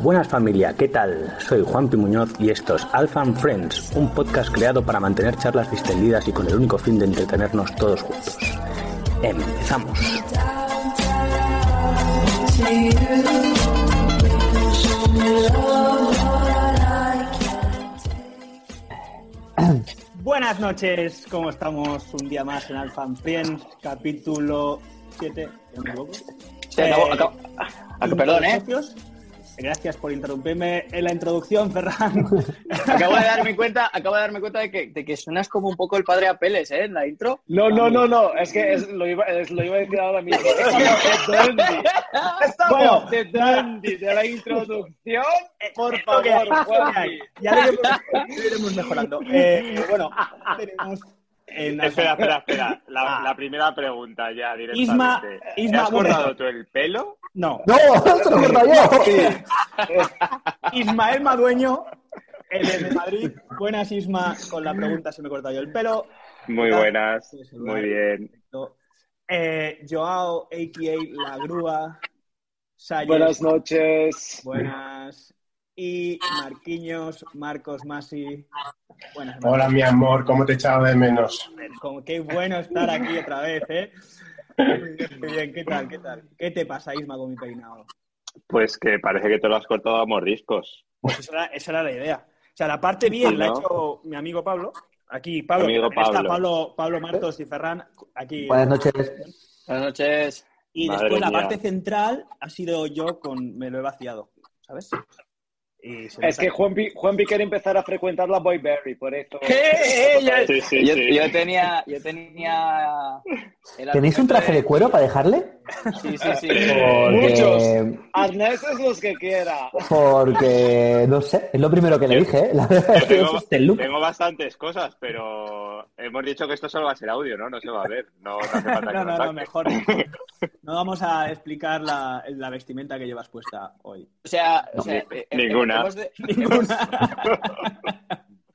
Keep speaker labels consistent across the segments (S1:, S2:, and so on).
S1: Buenas familia, ¿qué tal? Soy Juan P. Muñoz y esto es Alpha and Friends, un podcast creado para mantener charlas distendidas y con el único fin de entretenernos todos juntos. Empezamos.
S2: Buenas noches, ¿cómo estamos? Un día más en Alpha and Friends, capítulo 7. ¿no me equivoco?
S3: Sí,
S4: Eh,
S3: acabo- acabo- acabo- perdón, ¿eh?
S2: Socios. Gracias por interrumpirme en la introducción, Ferran.
S3: Acabo de darme cuenta, acabo de darme cuenta de que, de que suenas como un poco el padre Apeles, ¿eh? En la intro.
S4: No, no, no, no, es que es- lo, iba, es- lo iba a decir ahora mismo. Estamos de Dandy. Ah,
S2: Bueno.
S4: Estamos de Dandy, de la introducción.
S2: Eh,
S4: Por
S2: que-
S4: favor, Juanpi.
S2: ya lo iremos, ya lo iremos mejorando. Eh, bueno, tenemos en Alpha-
S5: Espera, espera, espera. La,
S2: Ah.
S5: la primera pregunta ya directamente.
S2: Isma-
S5: ¿Te
S2: Isma,
S5: has
S2: bueno.
S5: cortado tú el pelo?
S2: No, Eh,
S6: ¡No! ¡Se lo he cortado yo!
S2: Ismael Madueño, el de Madrid. Buenas, Isma, con la pregunta se me he cortado yo el pelo.
S5: Muy
S2: Hola.
S5: buenas,
S2: Sí, sí,
S5: muy
S2: hola.
S5: bien.
S2: No. Eh, Joao, a.k.a. La Grúa. Salles,
S4: Buenas noches.
S2: buenas. Y Marquiños, Marcos Masi. Buenas noches.
S7: Hola, mi amor, ¿cómo te he echado de menos?
S2: Como, qué bueno estar aquí otra vez, ¿eh? Muy bien, muy bien. ¿Qué tal, qué tal? ¿Qué te pasa, Isma, con mi peinado?
S5: Pues que parece que te lo has cortado a mordiscos.
S2: Pues esa era, esa era la idea. O sea, la parte bien la ha
S5: No.
S2: hecho mi amigo Pablo. Aquí, Pablo. que
S5: Amigo
S2: también está
S5: Pablo.
S2: Pablo, Pablo Martos y Ferran. Aquí.
S6: Buenas noches.
S3: Buenas noches.
S2: Y
S5: Madre
S2: después la
S5: mía.
S2: parte central ha sido yo con me lo he vaciado, ¿sabes? Y se me
S4: Es que
S2: sale.
S4: Juanpi, Juanpi quiere empezar a frecuentar la Boyberry, por eso.
S5: Sí, sí,
S3: Yo,
S5: sí.
S3: yo tenía, yo tenía. el
S6: ¿Tenéis un traje de cuero para dejarle?
S3: Sí, sí, sí.
S6: Porque,
S4: Arneses los que quiera.
S6: porque no sé, es lo primero que le dije, ¿eh? La verdad es que es
S5: Tengo,
S6: este look.
S5: tengo bastantes cosas, pero hemos dicho que esto solo va a ser audio, ¿no? No se va a ver. No, no hace falta que
S2: No, no,
S5: nos
S2: no,
S5: saque.
S2: mejor. No vamos a explicar la, la vestimenta que llevas puesta hoy.
S3: O sea, o sea, eh, eh,
S5: ninguna.
S3: Hemos, de- hemos-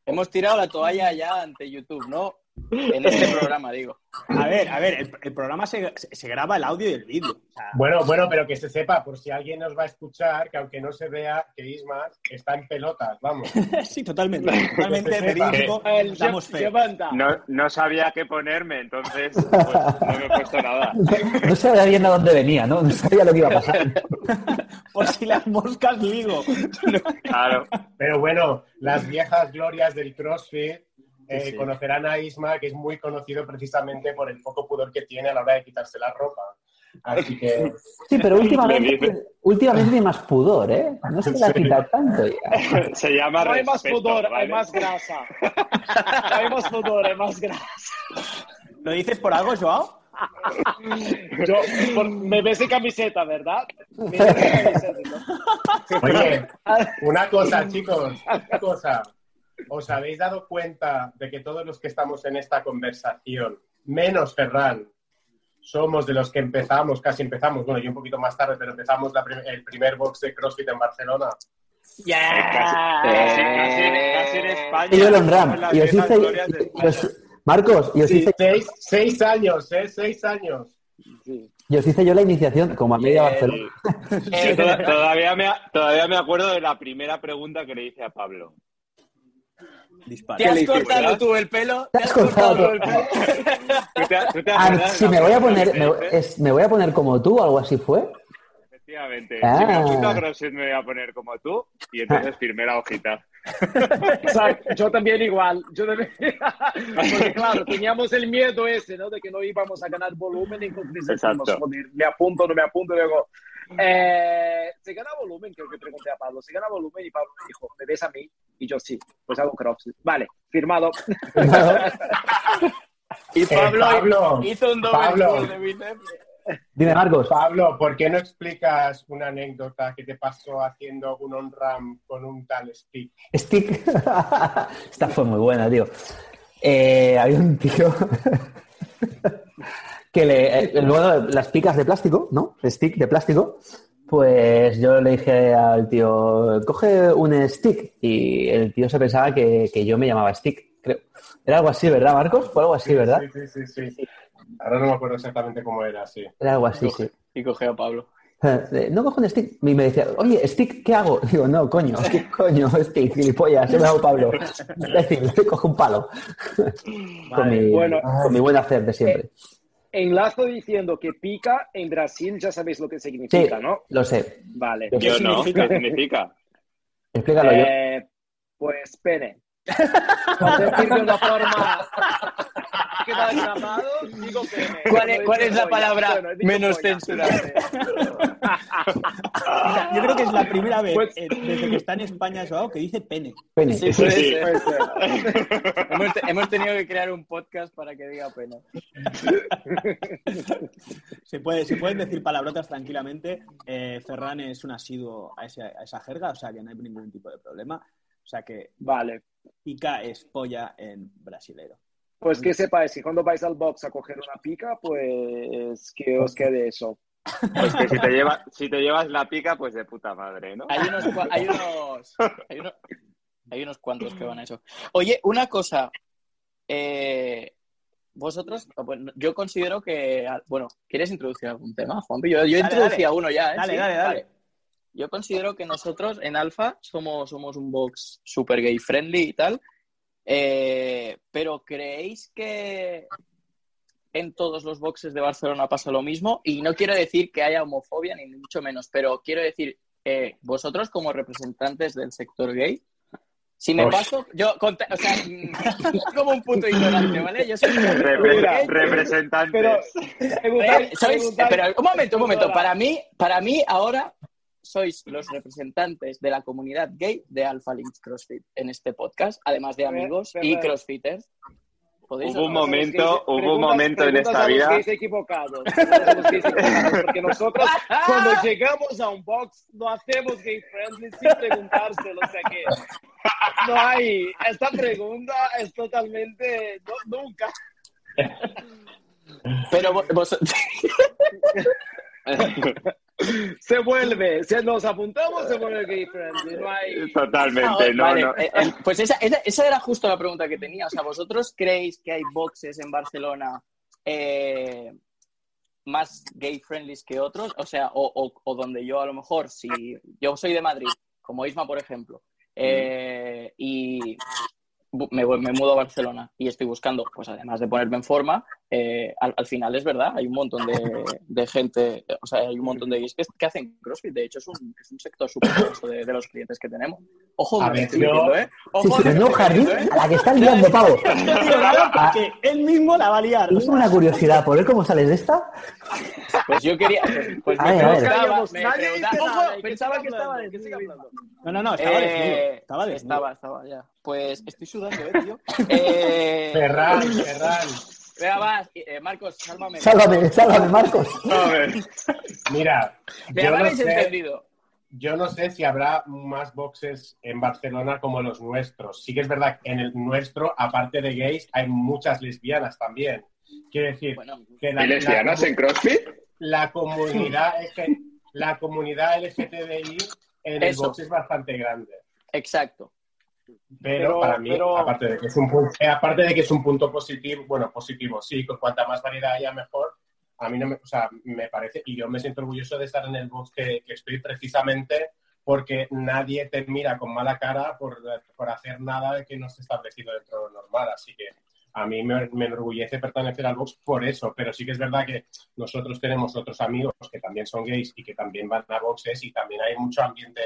S3: hemos tirado la toalla ya ante YouTube, ¿no? En este programa, digo.
S2: A ver, a ver, el, el programa se, se graba el audio y el vídeo. O
S4: Ah.
S2: sea,
S7: Bueno, bueno, pero que se sepa, por si alguien nos va a escuchar, que aunque no se vea, que Isma está en pelotas, vamos.
S2: sí, totalmente. Totalmente
S7: Que se sepa.
S2: verídico.
S4: El
S2: Damos fe.
S4: Yevanda.
S5: No, no sabía qué ponerme, entonces pues, no me he puesto nada.
S6: No sabía bien a dónde venía, ¿no? No sabía lo que iba a pasar.
S2: Por si las moscas ligo.
S5: Claro.
S7: Pero bueno, las viejas glorias del CrossFit eh,
S2: Sí, sí.
S7: conocerán a Isma, que es muy conocido precisamente por el poco pudor que tiene a la hora de quitarse la ropa. Así que,
S6: Sí, pero
S5: Me dice.
S6: últimamente, últimamente tiene más pudor, ¿eh? No se la
S7: Sí.
S6: quita tanto ya.
S5: Se llama
S4: No hay más
S5: respeto,
S4: pudor, hay
S5: ¿vale?
S4: más grasa. Hay más pudor, hay más grasa.
S2: ¿Lo dices por algo, Joao?
S4: Yo, por- me ves de camiseta, ¿verdad? Me ves de camiseta, ¿no?
S7: oye, una cosa, chicos, una cosa. ¿Os habéis dado cuenta de que todos los que estamos en esta conversación, menos Ferran, somos de los que empezamos, casi empezamos, bueno, yo un poquito más tarde, pero empezamos la prim- el primer box de CrossFit en Barcelona?
S5: Casi, casi, casi en España.
S6: Y yo el Ram.
S5: Son las
S6: Y os
S5: viejas
S6: hice.
S5: glorias de
S6: y os- Marcos, y os
S7: Sí,
S6: hice,
S7: seis, seis años, ¿eh? Seis años.
S6: y os hice yo la iniciación como a media Barcelona.
S5: Yo to- Eh, todavía, me, todavía me acuerdo de la primera pregunta que le hice a Pablo.
S3: ¿Te
S2: Dispara.
S3: has
S5: hiciste,
S3: cortado
S5: verdad?
S3: tú el pelo?
S6: Te has cortado tú el
S3: pelo?
S5: ¿Tú te- tú te
S6: Ah,
S5: acuerdas de
S6: si
S5: la
S6: me voy eh. a
S5: pregunta
S6: poner,
S5: que te
S6: me,
S5: hice?
S6: es- me voy a poner como tú, algo así fue.
S5: Efectivamente.
S6: Ah.
S5: Si me apunto a CrossFit me voy a poner como tú y entonces firmé la hojita.
S4: O sea, yo también igual. Yo también... Porque claro, teníamos el miedo ese, ¿no? De que no íbamos a ganar volumen y entonces decimos,
S5: Exacto.
S4: joder, me apunto, no me apunto, luego... Eh, se gana volumen, creo que pregunté a Pablo. Se gana volumen y Pablo me dijo, ¿me ves a mí? Y yo sí, pues hago CrossFit. Vale, firmado.
S3: Y
S7: Eh,
S3: Pablo,
S7: Pablo,
S3: hizo un doble
S7: Pablo.
S3: pull de bíceps.
S6: Dime, Marcos.
S7: Pablo, ¿por qué no explicas una anécdota que te pasó haciendo un on-ram con un tal stick?
S6: Stick. Esta fue muy buena, tío. Eh, había un tío que le, eh, luego las picas de plástico, ¿no? Stick de plástico. Pues yo le dije al tío, coge un stick. Y el tío se pensaba que, que yo me llamaba stick, creo. Era algo así, ¿verdad, Marcos? Fue algo así, ¿verdad?
S7: Sí, sí, sí, sí. Ahora no me acuerdo exactamente cómo era, sí.
S6: Era algo así, sí.
S3: Y coge a Pablo.
S6: Eh, No cojo un stick. Y me decía, oye, stick, ¿qué hago? Digo, no, coño, ¿qué coño? Stick, gilipollas, yo me hago Pablo. Es decir, cojo un palo. con, mi,
S4: bueno.
S6: con mi buen hacer de siempre.
S4: Enlazo diciendo que pica en Brasil, ya sabéis lo que
S6: Sí,
S4: significa, ¿no?
S6: lo sé.
S4: Vale.
S6: Yo-
S5: Yo no.
S2: significa?
S5: ¿Qué significa?
S6: Explícalo yo.
S4: Eh, pues pene. Por decir de una forma queda grabado, digo pene.
S3: ¿Cuál es-
S4: No he
S3: cuál
S4: dicho
S3: es la
S4: polla.
S3: palabra
S4: he dicho
S3: menos
S4: polla.
S3: censurable?
S2: Mira, yo creo que es la primera vez
S4: Pues-
S2: eh, desde que está en España Joao que dice pene.
S6: Pene.
S3: Sí,
S5: Sí,
S3: puede
S5: sí.
S3: ser.
S4: Puede ser.
S3: Hemos, te- hemos tenido que crear un podcast para que diga pena.
S2: Se, puede, se pueden decir palabrotas tranquilamente. Eh, Ferran es un asiduo a, ese- a esa jerga, o sea que no hay ningún tipo de problema. O sea que
S4: Vale.
S2: pica es polla en brasilero.
S4: Pues que sepáis que cuando vais al box a coger una pica, pues que os quede eso.
S5: Pues que si te, lleva, si te llevas la pica, pues de puta madre, ¿no?
S3: Hay unos, cua- hay unos, hay uno- hay unos cuantos que van a eso. Oye, una cosa. eh, vosotros, bueno, yo considero que. ah, Bueno, ¿quieres introducir algún tema, Juanpi? Yo, yo
S2: Dale,
S3: introducía uno ya, ¿eh?
S2: Dale,
S3: Sí,
S2: dale, dale.
S3: vale. Yo considero que nosotros en Alfa somos, somos un box super gay friendly y tal. eh, pero ¿creéis que en todos los boxes de Barcelona pasa lo mismo? Y no quiero decir que haya homofobia, ni mucho menos, pero quiero decir, eh, vosotros como representantes del sector gay, si me
S7: Osh.
S3: paso, yo, conta- o sea, mm, como un puto ignorante, ¿vale? Yo soy un puto
S5: Repre-
S3: gay,
S5: representantes.
S4: Pero,
S3: pero
S4: preguntáis-
S3: sois- eh,
S4: preguntáis-
S3: pero un momento, un momento.
S4: Perdona.
S3: Para mí, para mí ahora sois los representantes de la comunidad gay de Alpha Links CrossFit en este podcast, además de
S4: Fer-
S3: amigos
S4: Fer-
S3: y
S4: Fer-
S3: crossfitters. ¿Podéis
S5: Hubo un
S3: o no?
S5: momento, hubo un momento en esta vida.
S4: Que equivocados, preguntas a los gays equivocados, porque nosotros cuando llegamos a un box no hacemos gay friendly sin preguntárselo, o sea que no hay esta pregunta es totalmente no- nunca.
S3: Pero vos- vos-
S4: Se vuelve, si nos apuntamos se vuelve gay friendly, no hay
S6: Ah,
S5: Totalmente, no,
S3: Vale,
S5: no.
S3: eh, eh, pues esa, esa- esa era justo la pregunta que tenía. O sea, ¿vosotros creéis que hay boxes en Barcelona eh, más gay friendly que otros? O sea, o, o- o donde yo a lo mejor, si yo soy de Madrid, como Isma, por ejemplo, eh, y bu- me, voy- me mudo a Barcelona y estoy buscando, pues además de ponerme en forma, eh, al, al final es verdad, hay un montón de, de gente, o sea, hay un montón de gays que, que hacen CrossFit, de hecho es un, es un sector súper vasto de, de los clientes que tenemos. Ojo,
S7: A
S3: me
S7: ver,
S3: estoy
S7: yo-
S3: metiendo, ¿eh?
S6: Sí,
S3: Ojo,
S6: sí,
S3: me
S6: no,
S3: estoy
S6: jardín,
S3: metiendo, ¿eh?
S6: a la que estás liando, pavo.
S2: No digo nada porque él mismo la va a liar.
S6: Es una curiosidad, por ver cómo sales de esta.
S3: Pues yo quería... Pues, pues
S6: A ver, a ver.
S3: preguntaba- me
S4: nadie dice
S3: preguntaba-
S4: nada,
S3: Ojo,
S4: ¿y qué
S3: pensaba que
S4: sigue
S3: estaba
S4: hablando? ¿Qué sigue
S3: desnudo.
S4: hablando?
S2: No, no, no, estaba desnudo.
S3: Eh,
S2: Estaba desnudo.
S3: Estaba, estaba, ya. Pues estoy sudando, eh, tío. Eh,
S7: Ferran, Ferran.
S3: vea, vas, eh, Marcos, sálvame.
S6: Sálvame, sálvame, Marcos.
S5: A ver.
S7: Mira,
S3: Me
S7: yo no
S3: habéis
S7: sé-
S3: entendido.
S7: Yo no sé si habrá más boxes en Barcelona como los nuestros. Sí que es verdad que en el nuestro, aparte de gays, hay muchas lesbianas también. Quiero decir,
S3: Bueno,
S7: que la,
S5: ¿Y lesbianas
S7: la-
S5: en CrossFit?
S7: la comunidad LG la comunidad LGTBI en el
S3: Eso.
S7: box eh, es bastante grande.
S3: exacto.
S7: Pero,
S4: Pero-
S7: para mí,
S4: pero-
S7: aparte, de que es un punto, aparte de que es un punto positivo, bueno, positivo, sí, con cuanta más variedad haya, mejor. A mí no me, o sea, me parece, y yo me siento orgulloso de estar en el box que, que estoy precisamente porque nadie te mira con mala cara por, por hacer nada de que no esté establecido dentro de lo normal. Así que a mí me, me enorgullece pertenecer al box por eso, pero sí que es verdad que nosotros tenemos otros amigos que también son gays y que también van a boxes y también hay mucho ambiente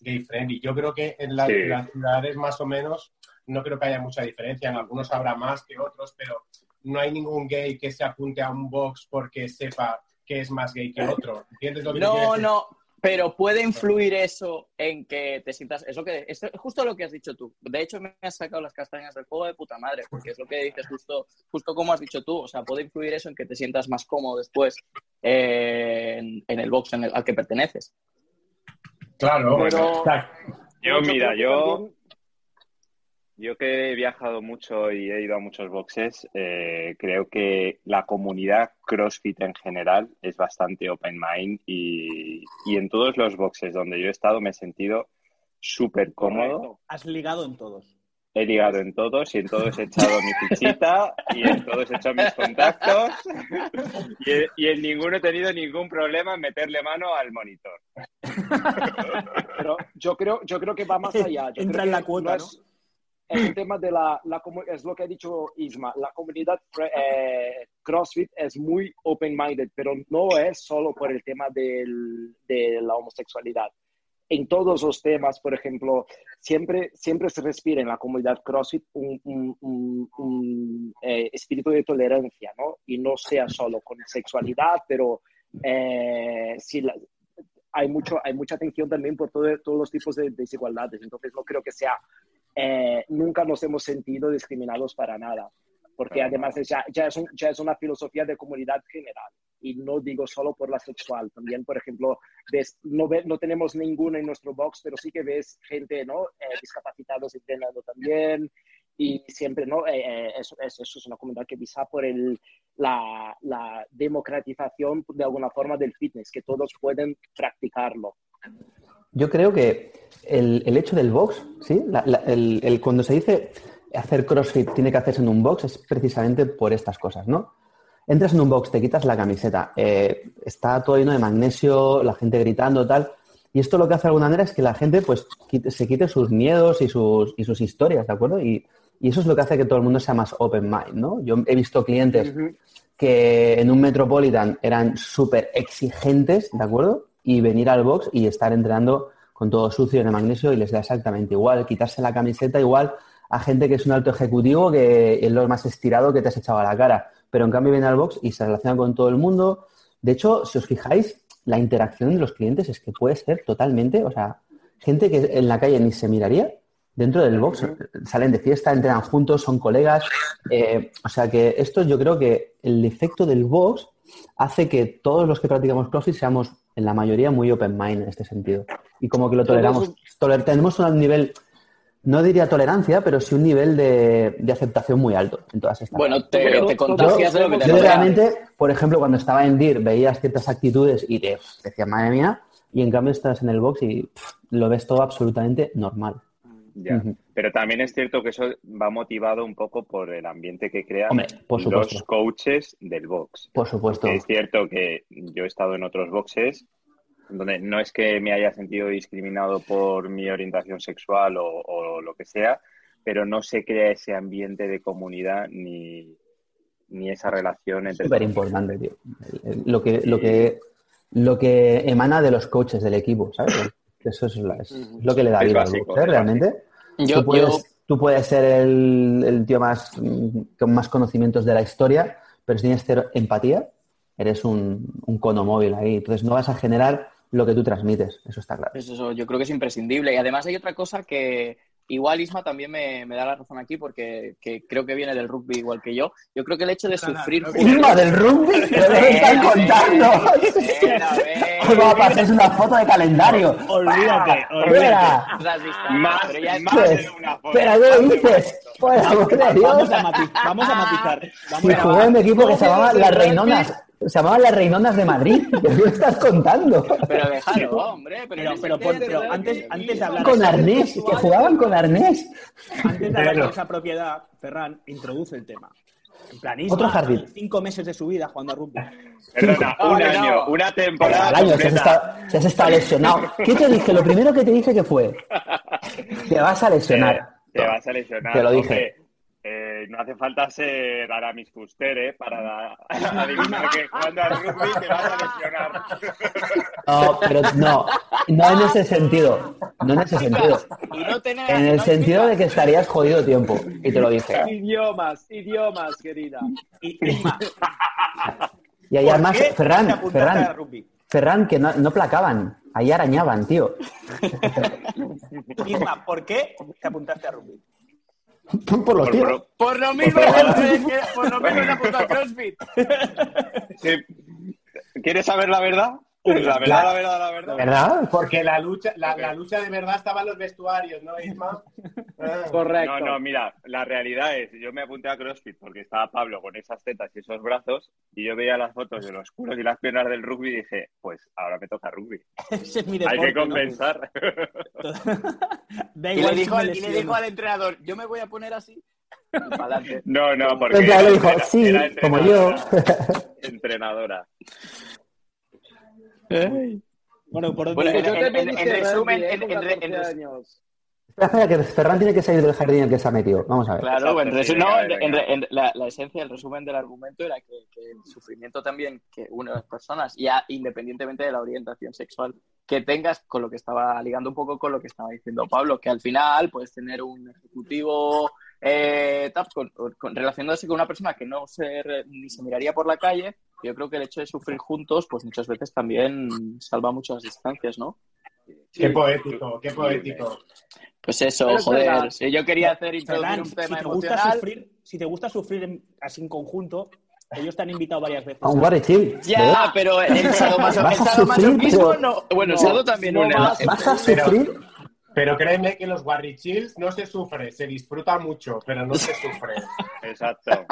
S7: gay friendly. Yo creo que en la-
S5: Sí.
S7: las ciudades más o menos no creo que haya mucha diferencia, en algunos habrá más que otros, pero no hay ningún gay que se apunte a un box porque sepa que es más gay que otro. ¿Entiendes lo que te quiero
S3: No,
S7: decir?
S3: no, pero puede influir eso en que te sientas. Es, lo que, es justo lo que has dicho tú. De hecho, me has sacado las castañas del juego de puta madre, porque es lo que dices justo, justo como has dicho tú. O sea, puede influir eso en que te sientas más cómodo después eh, en, en el box en el- al que perteneces.
S7: Claro,
S5: Bueno.
S7: exacto.
S5: Yo,
S4: Pero
S5: mira,
S4: creo que
S5: yo.
S4: también-
S5: Yo que he viajado mucho y he ido a muchos boxes, eh, creo que la comunidad CrossFit en general es bastante open mind y, y en todos los boxes donde yo he estado me he sentido súper cómodo.
S2: Has ligado en todos.
S5: he ligado en todos y en todos he echado mi fichita y en todos he echado mis contactos y, en- y en ninguno he tenido ningún problema en meterle mano al monitor.
S4: Pero yo creo, yo creo que va más allá. Yo
S2: Entra
S4: creo
S2: en
S4: que
S2: la cuota,
S4: es, es un tema de la, la comu- es lo que ha dicho Isma, la comunidad eh, CrossFit es muy open-minded, pero no es solo por el tema del- de la homosexualidad. En todos los temas, por ejemplo, siempre, siempre se respira en la comunidad CrossFit un, un- un- un, eh, espíritu de tolerancia, ¿no? Y no sea solo con sexualidad, pero eh, si la- hay, mucho, hay mucha atención también por todo- todos los tipos de desigualdades. Entonces, no creo que sea, eh, nunca nos hemos sentido discriminados para nada, porque
S5: Para
S4: además es ya, ya, es un- ya es una filosofía de comunidad general. Y no digo solo por la sexual, también, por ejemplo, ves- no, ve- no tenemos ninguna en nuestro box, pero sí que ves gente, ¿no? Eh, discapacitados entrenando también. Y siempre, ¿no? Eh, eh, eso, eso- eso es una comunidad que visa por el, la, la democratización de alguna forma del fitness, que todos pueden practicarlo.
S6: Yo creo que el, el hecho del box, ¿sí? La- la- el, el- cuando se dice hacer CrossFit tiene que hacerse en un box es precisamente por estas cosas, ¿no? Entras en un box, te quitas la camiseta, eh, está todo lleno de magnesio, la gente gritando, tal. Y esto lo que hace de alguna manera es que la gente pues, quite- se quite sus miedos y sus, y sus historias, ¿de acuerdo? Y, y eso es lo que hace que todo el mundo sea más open mind, ¿no? Yo he visto clientes que en un Metropolitan eran súper exigentes, ¿de acuerdo? Y venir al box y estar entrenando con todo sucio en el magnesio y les da exactamente igual, quitarse la camiseta igual a gente que es un alto ejecutivo que es lo más estirado que te has echado a la cara. Pero en cambio viene al box y se relaciona con todo el mundo. De hecho, si os fijáis, la interacción de los clientes es que puede ser totalmente, o sea, gente que en la calle ni se miraría, dentro del box salen de fiesta, entrenan juntos, son colegas. eh, o sea que esto yo creo que el efecto del box hace que todos los que practicamos CrossFit seamos en la mayoría muy open mind en este sentido. Y como que lo toleramos. Toler- tenemos un nivel, no diría tolerancia, pero sí un nivel de, de aceptación muy alto en todas estas
S3: Bueno, te,
S4: Pero
S3: te
S4: todos
S3: contagias de lo que te
S6: yo
S3: rodea.
S6: realmente, por ejemplo, cuando estaba en DIR veías ciertas actitudes y te te decías, madre mía, y en cambio estás en el box y pff, lo ves todo absolutamente normal.
S5: Ya.
S6: Ujú.
S5: Pero también es cierto que eso va motivado un poco por el ambiente que crean
S6: Hombre, por supuesto.
S5: los coaches del box.
S6: Por supuesto.
S5: Que es cierto que yo he estado en otros boxes donde no es que me haya sentido discriminado por mi orientación sexual o, o lo que sea, pero no se crea ese ambiente de comunidad ni, ni esa relación entre...
S6: Súper importante, tío. El- el- Lo que, lo, que, lo que emana de los coaches del equipo, ¿sabes? Eso es, la- es lo que le da
S5: Es
S6: vida al
S5: básico,
S6: box, ¿eh?
S5: es
S6: Realmente.
S3: Yo,
S6: tú, puedes,
S3: yo-
S6: tú puedes ser el, el tío más mm, con más conocimientos de la historia, pero si tienes cero empatía, eres un, un cono móvil ahí. Entonces no vas a generar lo que tú transmites, eso está claro.
S3: Pues eso, yo creo que es imprescindible. Y además hay otra cosa que igual Isma también me, me da la razón aquí porque que creo que viene del rugby igual que yo. Yo creo que el hecho de
S2: Ojalá,
S3: sufrir...
S2: creo que-
S3: juntos-
S6: ¡Isma del rugby! ¿Qué me están contando?
S3: Espera, a ver.
S6: Os va a pasar una foto de calendario.
S2: Olvídate, olvídate.
S6: ¡Espera!
S3: Otras distancias,
S5: Más,
S3: pero ya es-
S5: más de una forma.
S6: Pero ¿qué dices? Por amor de Dios.
S2: Vamos a, mati- vamos a matizar. Vamos
S6: Si
S2: a-
S6: jugó en un equipo que se
S4: ¿Cómo
S6: llamaba
S4: se
S6: Las
S4: llama?
S6: Reinonas. Se llamaba Las Reinonas de Madrid. ¿Qué me estás contando?
S3: Pero déjalo, hombre.
S2: Pero,
S3: Pero,
S2: pero, pon- pero antes, antes de hablar
S6: Con
S2: de-
S6: arnés, que jugaban con arnés.
S2: Antes de hablar de
S7: Pero-
S2: esa propiedad, Ferran introduce el tema. En planismo,
S6: Otro jardín.
S2: cinco meses de su vida jugando a rugby.
S5: Perdona,
S3: Cinco.
S5: un
S3: No,
S5: año,
S3: no.
S5: una temporada
S6: Al año, si has,
S5: completa.
S6: estado, si has estado lesionado. ¿Qué te dije? Lo primero que te dije que fue, te vas a lesionar.
S5: Te vas a lesionar.
S6: Te lo dije.
S5: hombre. Eh, no hace falta ser Aramis Fustere para da- adivinar que jugando al rugby te vas a lesionar.
S6: No, pero no, no en ese sentido. No en ese sentido.
S3: Y no tener-
S6: En el
S3: no
S6: sentido de
S3: explica.
S6: que estarías jodido tiempo. Y te lo dije.
S4: Idiomas, idiomas, querida.
S2: Y, Isma,
S6: Y ahí
S2: ¿por
S6: además,
S2: qué te
S6: Ferran,
S2: apuntaste al
S6: Ferran,
S2: rugby?
S6: Ferran, que no, no placaban, ahí arañaban, tío.
S2: Isma, ¿por qué te apuntaste a rugby?
S6: Por los tíos.
S5: pro-
S4: Por lo mismo que por lo mismo que apuntó a CrossFit.
S5: Sí. ¿Quieres saber la verdad? Pues La verdad, la verdad, la verdad.
S6: ¿Verdad?
S7: Porque la lucha, la, la lucha de verdad estaba en los vestuarios, ¿no, Isma?
S4: Correcto.
S5: No, no, mira, la realidad es, yo me apunté a CrossFit porque estaba Pablo con esas tetas y esos brazos y yo veía las fotos de los culos y las piernas del rugby y dije, pues ahora me toca rugby.
S2: Ese es mi
S5: Hay
S2: deporte,
S5: que
S2: ¿no?
S5: compensar.
S2: Da
S3: Y
S2: igual
S3: le,
S2: si
S3: dijo
S2: me
S3: al, y le
S2: lesiono.
S3: dijo al entrenador, yo me voy a poner así. Y pa'lante.
S5: No, no, porque...
S6: Entonces,
S5: era-
S6: claro, Pues dijo,
S5: era-
S6: sí,
S5: era
S6: como yo.
S5: entrenadora. Entrenadora.
S2: Bueno, por
S3: Bueno,
S2: dónde
S3: en-
S4: Yo
S3: en-
S4: también
S3: en-
S4: hice
S3: en
S4: rugby,
S3: resumen,
S4: ¿eh?
S3: en-
S4: con
S3: en- en-
S4: 14 años.
S6: Espera, espera, que Ferran tiene que salir del jardín en el que se ha metido. Vamos a ver.
S3: Claro, en
S5: Exacto, sí,
S3: resu- no,
S5: venga,
S3: en-
S5: venga.
S3: en re- en la, la esencia, el resumen del argumento era que, que el sufrimiento también que une a las personas, ya independientemente de la orientación sexual que tengas, con lo que estaba ligando un poco con lo que estaba diciendo Pablo, que al final puedes tener un ejecutivo eh, tal, con- con- relacionándose con una persona que no se re- ni se miraría por la calle. Yo creo que el hecho de sufrir juntos, pues muchas veces también salva muchas distancias, ¿no?
S7: Qué poético, qué poético.
S3: Pues eso,
S4: Pero es verdad.
S3: joder. si yo quería hacer introducir
S2: Ferran,
S3: un
S2: si
S3: tema
S2: te gusta
S3: emocional.
S2: sufrir, si te gusta sufrir en- así en conjunto, ellos te han invitado varias veces.
S6: A un Warrior Chill.
S3: Ya, pero el sadomaso-
S6: Vas
S3: el
S6: a
S3: sadomasoquismo
S6: sufrir, pero-
S3: no. Bueno, el
S4: No,
S3: sado también
S4: no
S3: une.
S4: vas-
S6: Vas a
S7: Pero-
S6: sufrir.
S7: Pero créeme que los guarrichils no se sufre, se disfruta mucho, pero no se sufre.
S5: Exacto.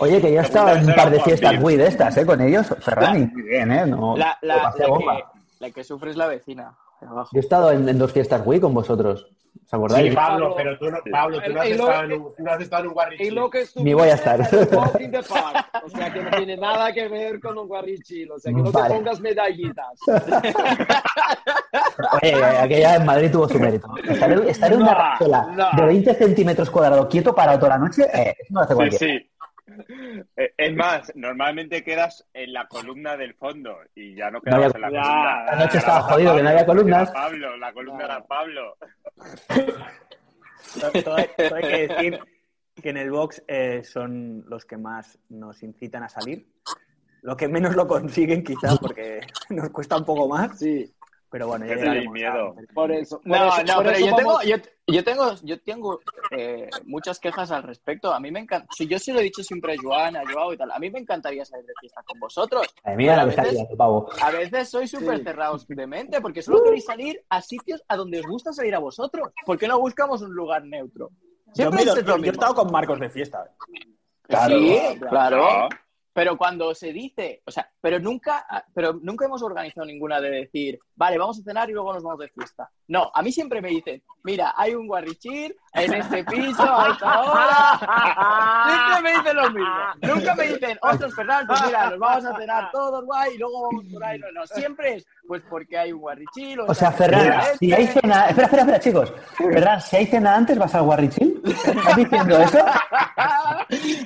S6: Oye, que yo he estado en un par de fiestas muy de estas, ¿eh? Con ellos, Ferran, y bien, ¿eh? No,
S3: La, la-
S6: lo pasé
S3: la
S6: bomba.
S3: que, la que sufre es la vecina. de abajo.
S6: Yo he estado en, en dos fiestas Wii con vosotros. ¿Os acordáis?
S7: Sí, Pablo, pero tú no, Pablo, tú no has,
S4: Y lo-
S7: estado en un, no has estado en un
S4: Y
S7: guarrichil.
S4: lo que
S6: Ni voy a estar.
S4: estuviste en el Walking the Park. O sea, que no tiene nada que ver con un guarrichil. O sea, que no
S6: Vale.
S4: te pongas medallitas.
S6: Oye, eh, aquella en Madrid tuvo su mérito. Estar en, estar en una
S4: No,
S6: razola
S4: no.
S6: de 20 centímetros cuadrados quieto para toda la noche, eh, eso no lo hace
S5: Sí,
S6: cualquiera.
S5: sí. Eh, Es más, normalmente quedas en la columna del fondo y ya no
S6: No
S5: quedabas
S6: había-
S5: en la
S4: Ya,
S5: columna.
S4: la
S6: noche estaba
S5: Grabas a
S6: jodido, que no había
S5: Pablo,
S6: columnas.
S5: era Pablo, la columna era Pablo.
S2: Todo, todo hay, todo hay que decir que en el box eh, son los que más nos incitan a salir. Lo que menos lo consiguen quizás porque nos cuesta un poco más,
S4: Sí,
S2: pero bueno, ya
S5: Que tenéis
S2: llegaremos
S5: miedo.
S2: a-
S4: por eso. por
S3: No,
S4: eso-
S3: no,
S4: por
S3: pero
S4: eso
S3: yo
S4: vamos-
S3: tengo, yo, yo tengo, yo tengo eh, muchas quejas al respecto. A mí me encanta. Si yo se lo he dicho siempre a Joan, a Joao y tal, a mí me encantaría salir de fiesta con vosotros.
S6: Madre mía, la
S3: A veces-
S6: vizcaya, pavo.
S3: A veces sois súper
S4: Sí.
S3: cerrados de mente porque solo queréis salir a sitios a donde os gusta salir a vosotros. ¿Por qué no buscamos un lugar neutro?
S2: Yo,
S3: Siempre
S2: me lo-
S3: es lo
S2: yo he
S3: mismo.
S2: estado con Marcos de fiesta.
S3: Sí, claro.
S5: No.
S3: Pero cuando se dice, o sea, pero nunca, ah, pero nunca hemos organizado ninguna de decir, vale, vamos a cenar y luego nos vamos de fiesta. No, a mí siempre me dicen, mira, hay un guarrichir en este piso a esta hora. Siempre me dicen lo mismo. Nunca me dicen, ostras, Fernández, mira, nos vamos a cenar todos, guay, y luego vamos por ahí. No, no, siempre es, pues porque hay un guarrichir.
S6: O sea,
S3: Ferrara,
S6: Ferran, si hay cena... Espera, espera, espera, chicos. Ferran, si hay cena antes, ¿vas al Warrichil? ¿Estás diciendo eso?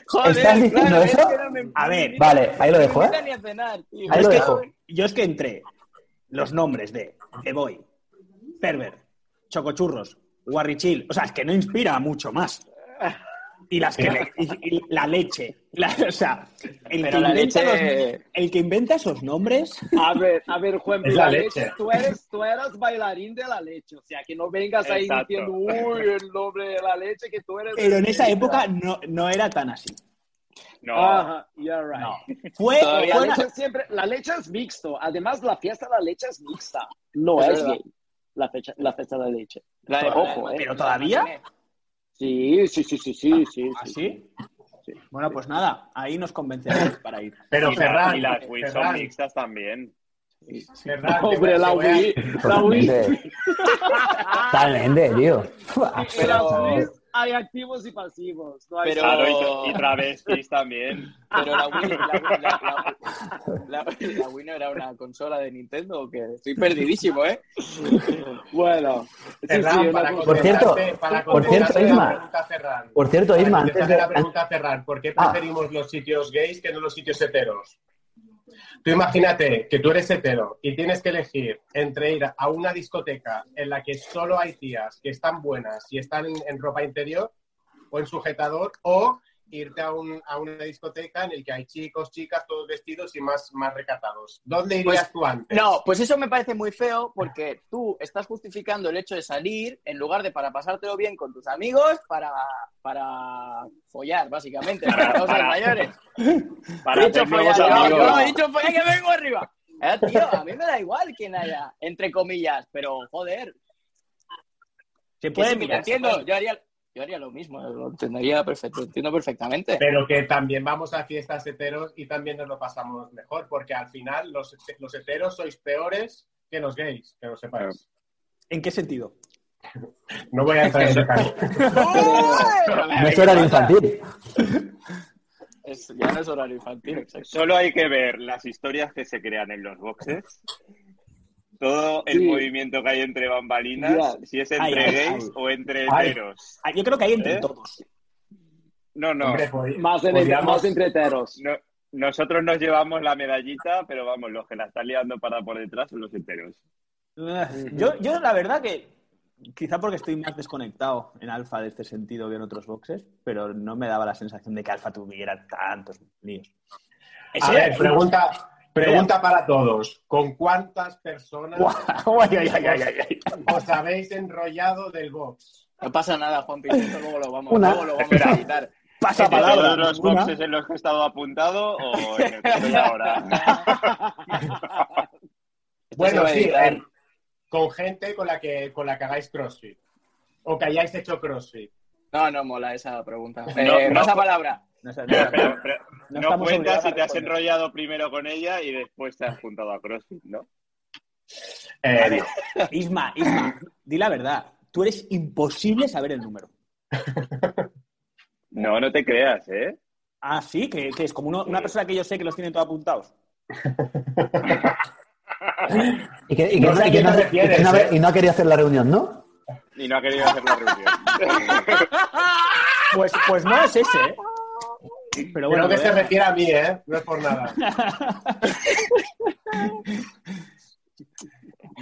S3: Joder,
S6: ¿Estás diciendo
S3: claro, es
S6: eso?
S3: que no me-
S2: A ver,
S6: Vale, ahí lo dejo,
S3: No
S6: ¿eh?
S3: me invitan ni a cenar, tío.
S6: Ahí lo
S2: Es que-
S6: dejo.
S2: Yo es que entre los nombres de Eboy, Perver, Chocochurros, Guarrichil, o sea, es que no inspira mucho más. Y las que le- y- y la leche. la- o sea, el que,
S3: Pero la
S2: inventa
S3: leche-
S2: los- el que inventa esos nombres,
S4: A ver, a ver, Juan,
S7: Es
S4: la
S7: la
S4: leche.
S7: leche.
S4: Tú, eres, tú eras bailarín de la leche, o sea, que no vengas ahí
S5: Exacto.
S4: diciendo, uy, el nombre de la leche, que tú eres...
S2: pero en esa época no, no era tan así.
S5: No.
S4: Ajá, you're right.
S2: No. Fue,
S3: Todavía
S2: fue
S4: La
S2: una-
S4: leche, siempre, la leche es mixto, además la fiesta de la leche es mixta, no
S3: Es
S4: es,
S3: verdad.
S4: gay, la, fecha, la fiesta de la leche.
S3: La de-
S4: Ojo,
S3: la de-
S4: ¿eh?
S2: pero todavía.
S4: Sí, sí, sí, sí, sí, sí. sí.
S2: ¿Así? Bueno, pues nada, ahí nos convenceremos para ir.
S7: Pero
S5: y, la-
S7: Ferran,
S5: y las Wilson
S7: Ferran,
S5: mixtas también.
S7: Ferran, te voy
S4: Hombre,
S7: a-
S4: la
S7: te voy a-
S4: Wii, la Wii.
S6: Totalmente. Totalmente, tío.
S4: En las
S6: Absolutamente.
S4: Wii's hay activos y pasivos, no hay...
S3: Pero-
S5: Claro, y, tra- y travestis también.
S3: Pero la Wii, la, Wii- la- la- la- la Wii no era una consola de Nintendo, ¿o qué? estoy perdidísimo, ¿eh?
S4: Bueno, sí,
S7: Ferran,
S4: sí,
S7: para
S4: una-
S6: Por cierto,
S7: contestarte- eh, para
S6: por cierto,
S7: contestarte la
S6: Isma.
S7: pregunta, Ferran.
S6: Por cierto,
S7: Para
S6: Irma, antes
S7: contestarte
S6: de...
S7: la pregunta, Ferran, ¿por qué
S6: Ah.
S7: preferimos los sitios gays que no los sitios heteros? Tú imagínate que tú eres hetero y tienes que elegir entre ir a una discoteca en la que solo hay tías que están buenas y están en, en ropa interior o en sujetador o irte a, un- a una discoteca en el que hay chicos, chicas, todos vestidos y más, más recatados. ¿Dónde irías
S3: Pues,
S7: tú antes?
S3: No, pues eso me parece muy feo porque tú estás justificando el hecho de salir en lugar de para pasártelo bien con tus amigos para, para follar, básicamente, para cosas
S5: para-
S3: mayores.
S5: Para
S3: He dicho
S5: hacer nuevos
S3: follar, no,
S5: amigos.
S3: no, he dicho follar que vengo arriba. Eh, tío, a mí me da igual quién haya, entre comillas, pero joder.
S2: Se
S3: Que
S2: puede
S3: sí, que te
S2: mirar. se
S3: entiendo,
S2: puede-
S3: yo haría, yo haría lo mismo, lo entendería perfecto, lo entiendo perfectamente.
S7: Pero que también vamos a fiestas heteros y también nos lo pasamos mejor, porque al final los, los heteros sois peores que los gays, que lo sepáis.
S2: ¿En qué sentido?
S7: No voy a entrar en detalle.
S6: No es horario infantil.
S3: Es- ya no es horario infantil, exacto.
S5: Solo hay que ver las historias que se crean en los boxes, todo el
S4: Sí.
S5: movimiento que hay entre bambalinas, si es entre
S2: Ay, ay,
S5: gays
S2: ay.
S5: o entre
S6: Ay.
S5: heteros.
S2: Ah, Yo creo que hay entre
S5: ¿Eh?
S2: todos.
S5: No, no.
S7: Hombre, pod-
S4: Más, en el,
S7: podríamos-
S4: más entreteros.
S5: No- Nosotros nos llevamos la medallita, pero vamos, los que la están liando para por detrás son los heteros.
S2: Yo, yo la verdad que quizá porque estoy más desconectado en Alfa de este sentido que en otros boxes, pero no me daba la sensación de que Alfa tuviera tantos líos.
S7: A
S2: Ese-
S7: ver, pregunta, pregunta para todos. ¿Con cuántas personas
S2: Guau, ay, ay, ay, ay, ay, ay.
S7: os habéis enrollado del box?
S3: No pasa nada, Juan Pinto, luego lo vamos,
S6: Una.
S3: luego lo vamos a editar.
S2: Pasa
S5: Este ¿De todos
S2: palabra.
S5: los
S2: ninguna.
S5: boxes en los que he estado apuntado o en el que estoy ahora?
S7: Bueno,
S3: va a
S7: sí,
S3: editar.
S7: eh, con gente con la que con la que hagáis CrossFit. O que hayáis hecho CrossFit.
S3: No, no mola esa pregunta.
S5: No,
S3: Eh,
S5: no.
S3: pasa palabra.
S2: No sé, no
S5: Pero,
S2: sé.
S5: pero- pero
S2: No
S5: no
S2: estamos
S5: cuentas
S2: obligados a
S5: si te has
S2: responder.
S5: enrollado primero con ella y después te has juntado a CrossFit, ¿no?
S7: Eh,
S2: A ver, Isma, Isma, di la verdad. Tú eres imposible saber el número.
S5: No, no te creas, ¿eh?
S2: Ah, sí, que, que es como uno- una persona que yo sé que los tiene todos apuntados.
S6: Y que, y que
S7: No sé a quién te
S6: y que no- y que no-
S7: refieres, ¿eh?
S6: y no ha querido hacer la reunión, ¿no?
S5: Y no ha querido hacer la reunión.
S2: Pues, pues no es ese, ¿eh? Pero bueno,
S7: creo que se
S2: eh,
S7: refiere a mí, ¿eh? No es por nada.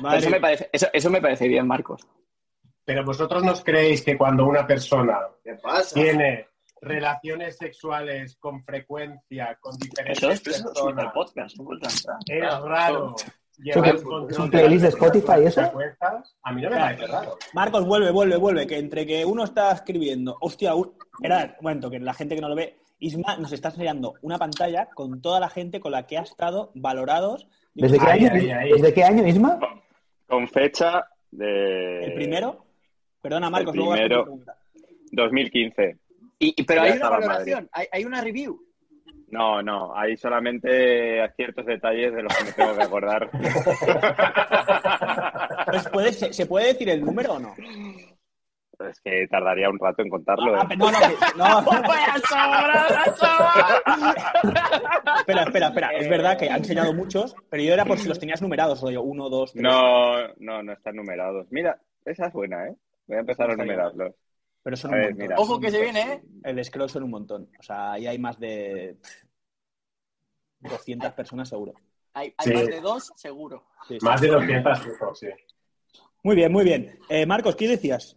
S2: madre-
S3: Eso, me parece, eso, eso me parece bien, Marcos.
S7: Pero vosotros nos creéis que cuando una persona
S8: ¿Qué pasa?
S7: tiene relaciones sexuales con frecuencia, con diferentes
S3: Eso es, eso es un
S7: personas,
S3: podcast. un podcast.
S7: es raro. llevar
S6: ¿Es un
S7: control
S6: playlist
S7: las
S6: de Spotify eso?
S7: frecuencias. A mí no me parece raro.
S2: Marcos, vuelve, vuelve, vuelve, que entre que uno está escribiendo, hostia, un... Esperad, un momento, que la gente que no lo ve, Isma nos está enseñando una pantalla con toda la gente con la que ha estado valorados. ah,
S6: ¿Desde qué,
S7: Ahí,
S6: año,
S7: ahí, ahí.
S6: ¿Desde qué año, Isma?
S5: Con fecha de...
S2: ¿El primero? Perdona, Marcos,
S5: el
S2: luego vas a hacer
S5: primero.
S2: una pregunta.
S5: 2015.
S3: Y, y- pero
S5: Ya
S3: hay una
S5: estaba en
S3: valoración, hay, hay una review.
S5: No, no, hay solamente ciertos detalles de los que me tengo que acordar.
S2: Pues, ¿puede- se, se puede decir el número o no?
S5: es que tardaría un rato en contarlo.
S2: Ah,
S5: ¿eh?
S2: pero no, no, que- no. Espera, espera, espera. Es verdad que han enseñado muchos, pero yo era por si los tenías numerados, rollo. Uno, dos, tres.
S5: No, no, no están numerados. Mira, esa es buena, ¿eh? Voy a empezar a
S2: Está bien.
S5: numerarlos.
S2: Pero son
S5: A
S2: un
S5: ver,
S2: montón.
S5: mira.
S3: Ojo que se viene, ¿eh?
S2: El scroll son un montón. O sea, ahí hay más de pff, 200 personas seguro.
S3: Hay, hay
S7: Sí.
S3: más de dos, seguro.
S2: Sí, sí.
S7: Más de 200 hijos, sí.
S2: Muy bien, muy bien. Eh, Marcos, ¿qué decías?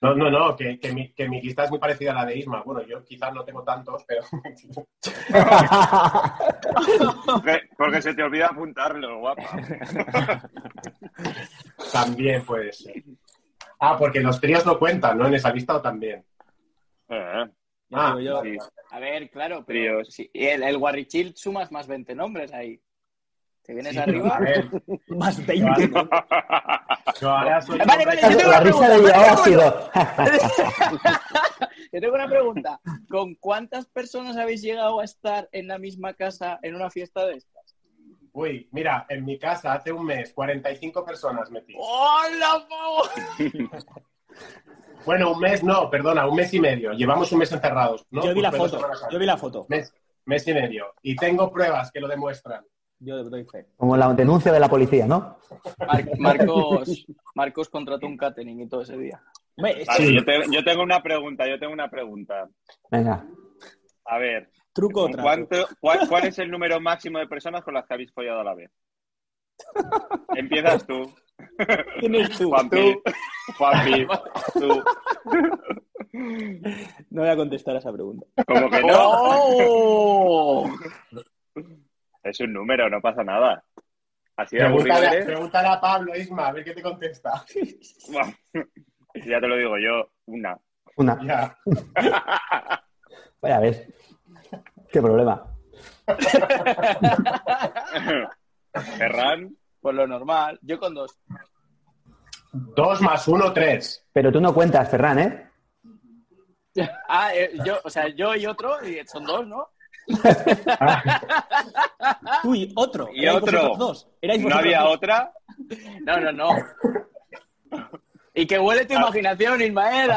S7: No, no, no, que, que mi, que mi lista es muy parecida a la de Isma. Bueno, yo quizás no tengo tantos, pero...
S5: Porque- Porque se te olvida apuntarlo, guapa.
S7: también puede ser. Ah, porque los tríos no cuentan, ¿no? En esa lista o también.
S5: Eh,
S2: Ya
S7: Ah,
S2: digo yo.
S5: sí.
S3: A ver, claro, pero
S5: Tríos.
S3: si- el, el Guarrichil sumas más 20 nombres ahí. Te vienes
S7: Sí, pero a
S3: arriba.
S7: ver,
S2: Más 20. ¿no?
S7: yo ahora soy...
S3: Eh, Vale, vale, yo tengo una
S6: La risa de
S3: pregunta.
S6: Joao ha sido...
S3: Yo tengo una pregunta. ¿Con cuántas personas habéis llegado a estar en la misma casa en una fiesta de estas?
S7: Uy, mira, en mi casa hace un mes 45 personas metí.
S3: ¡Hola, pavo!
S7: Bueno, un mes no, perdona, un mes y medio. Llevamos un mes encerrados, ¿no?
S2: Yo vi
S7: Pues
S2: la
S7: fue dos
S2: foto.
S7: semanas antes.
S2: Yo vi la foto.
S7: Mes, mes y medio. Y tengo pruebas que lo demuestran.
S2: Yo doy fe.
S6: Como la denuncia de la policía, ¿no?
S3: Mar- Marcos, Marcos contrató un catering y todo ese día.
S2: Hombre, es-
S5: Vale,
S7: Sí.
S5: yo, te- yo tengo una pregunta, yo tengo una pregunta.
S6: Venga.
S5: A ver,
S2: Truco
S5: ¿con
S2: otra.
S5: cuánto- cuál, cuál es el número máximo de personas con las que habéis follado a la vez? Empiezas tú,
S2: ¿Quién eres tú?
S5: Juanpi, Juanpi, tú.
S2: No voy a contestar a esa pregunta.
S5: Como que no,
S3: ¡Oh!
S5: es un número, no pasa nada. Así de aburrido
S7: Pregúntale,
S5: eres.
S7: pregúntale a Pablo, Isma, a ver qué te contesta.
S5: Buah, Ya te lo digo yo, una.
S6: Una.
S7: Ya.
S6: Vaya, a ver. Qué problema.
S5: Ferran,
S3: Pues lo normal. Yo con dos.
S7: Dos más uno, tres.
S6: Pero tú no cuentas, Ferran, ¿eh?
S3: Ah, eh, yo, o sea, yo y otro, y son dos, ¿no?
S2: Tú y otro.
S5: Y
S2: Erais
S5: otro.
S2: vosotros Dos. Erais
S5: ¿No
S2: vosotros
S5: había
S2: dos.
S5: otra?
S3: No, no, no. Y que huele
S5: Ah.
S3: tu imaginación, Ismael.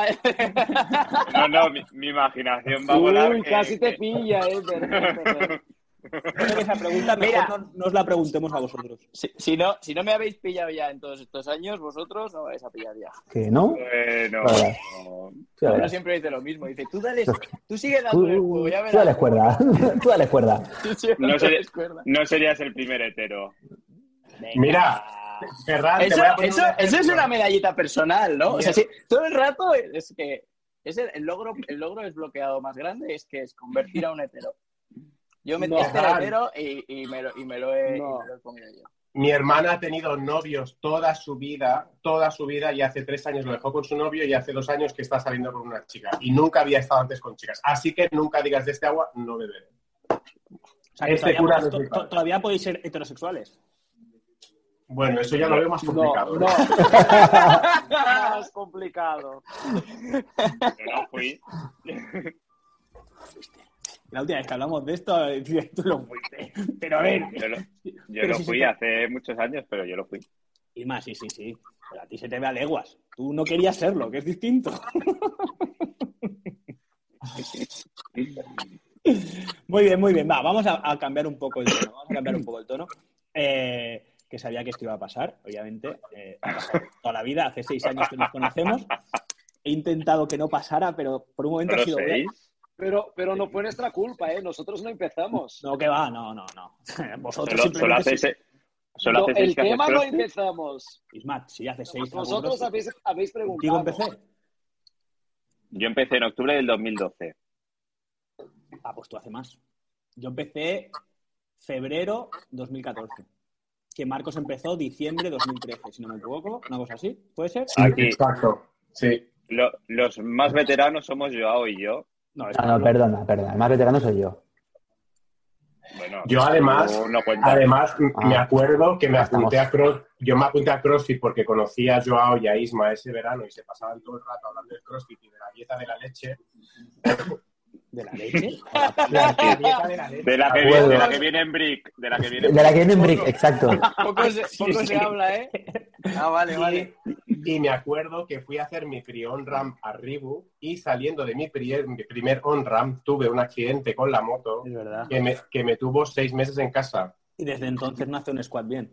S5: No, no, mi, mi imaginación va a volar.
S3: Uh,
S4: Uy,
S5: que-
S4: casi te
S5: que-
S4: pilla, eh. perdón, perdón.
S2: Creo que esa pregunta
S3: Mira.
S2: mejor no, no os la preguntemos a vosotros.
S3: Si, si no, si no me habéis pillado ya en todos estos años, vosotros no me vais a pillar ya.
S6: Que no.
S5: Bueno,
S6: Vale.
S5: no.
S6: Tú ya
S3: Uno
S6: verás.
S3: siempre dice lo mismo. Dice, tú dale, tú sigue
S6: Tú,
S3: dando el juego, ya
S6: tú dale
S3: verás.
S6: cuerda. tú dale cuerda.
S3: Tú sigue
S5: No
S3: dando
S5: sé-
S3: la cuerda.
S5: No serías el primer hetero.
S7: Mira, Ferran, Ah, te
S3: Eso,
S7: voy a poner
S3: eso-
S7: un
S3: eso es
S7: ejemplo.
S3: una medallita personal, ¿no? O sea,
S7: Bien.
S3: sí, todo el rato es que es el, el logro el logro desbloqueado más grande es que es convertir a un hetero. Yo me
S7: No,
S3: este
S7: Fran.
S3: hetero y, y me lo, y me lo he, y
S4: No.
S3: me lo he comido yo.
S7: Mi hermana ha tenido novios toda su vida, toda su vida, y hace tres años lo dejó con su novio y hace dos años que está saliendo con una chica. Y nunca había estado antes con chicas. Así que nunca digas de este agua, no beberé.
S2: O sea, que
S7: Este
S2: todavía,
S7: cura no
S2: to-
S7: es mi padre.
S2: todavía podéis ser heterosexuales.
S7: Bueno, eso ya lo veo más complicado. ¿eh?
S4: No, no. Más complicado.
S5: Yo no fui.
S2: La última vez que hablamos de esto, dices, tú lo fuiste. Pero a ver.
S5: Yo lo, yo
S2: Pero
S5: lo
S2: si se
S5: fui
S2: te-
S5: hace muchos años, pero yo lo fui.
S2: Y más, sí, sí, sí. Pero a ti se te ve a leguas. Tú no querías serlo, que es distinto. muy bien, muy bien. Va, vamos a, a cambiar un poco el tono. Vamos a cambiar un poco el tono. Eh, que sabía que esto iba a pasar, obviamente. Eh, ha pasado toda la vida, hace seis años que nos conocemos. He intentado que no pasara, pero por un momento
S5: ¿No
S2: ha
S5: lo
S2: sido...
S5: seis?
S4: Pero, pero no fue nuestra culpa, ¿eh? Nosotros no empezamos.
S2: No, que va, no, no, no. Vosotros
S5: Solo, solo
S2: simplemente...
S5: hace
S2: sois-
S5: seis. Solo
S4: No,
S5: hace seis
S4: el
S5: que haces
S4: tema no
S5: crossfit.
S4: empezamos.
S2: Ismat, si hace seis...
S4: Vosotros
S2: seguro,
S4: habéis, habéis preguntado.
S2: Contigo empecé.
S5: Yo empecé en octubre del 2012.
S2: Ah, pues tú hace más. Yo empecé febrero 2014. Que Marcos empezó diciembre 2013, si no me equivoco, una cosa así, ¿puede ser?
S7: Sí,
S5: Aquí.
S7: exacto. Sí.
S5: Lo- los más veteranos somos Joao y yo.
S2: No, es
S6: Ah, no,
S2: Pablo.
S6: perdona, perdona. El más veterano soy yo.
S5: Bueno,
S7: Yo además-
S5: tú No cuentas.
S7: Además, m-
S6: Ah.
S7: me acuerdo que me
S6: Ya estamos.
S7: apunté a Cross, yo me apunté a CrossFit porque conocía a Joao y a Isma ese verano y se pasaban todo el rato hablando de CrossFit y de la dieta de la leche.
S2: de la leche.
S7: La dieta de la leche.
S5: de, la que
S7: me
S5: viene,
S7: acuerdo.
S5: de la que viene en Brick. De la que viene
S6: De la que viene en Brick, exacto.
S3: Poco se, poco se habla, ¿eh? Ah, vale, vale.
S7: Y me acuerdo que fui a hacer mi pre-on ram a Ribu y saliendo de mi, prier- mi primer on ram tuve un accidente con la moto
S2: Es verdad.
S7: que me, que me tuvo seis meses en casa.
S2: Y desde entonces no hace un squat bien.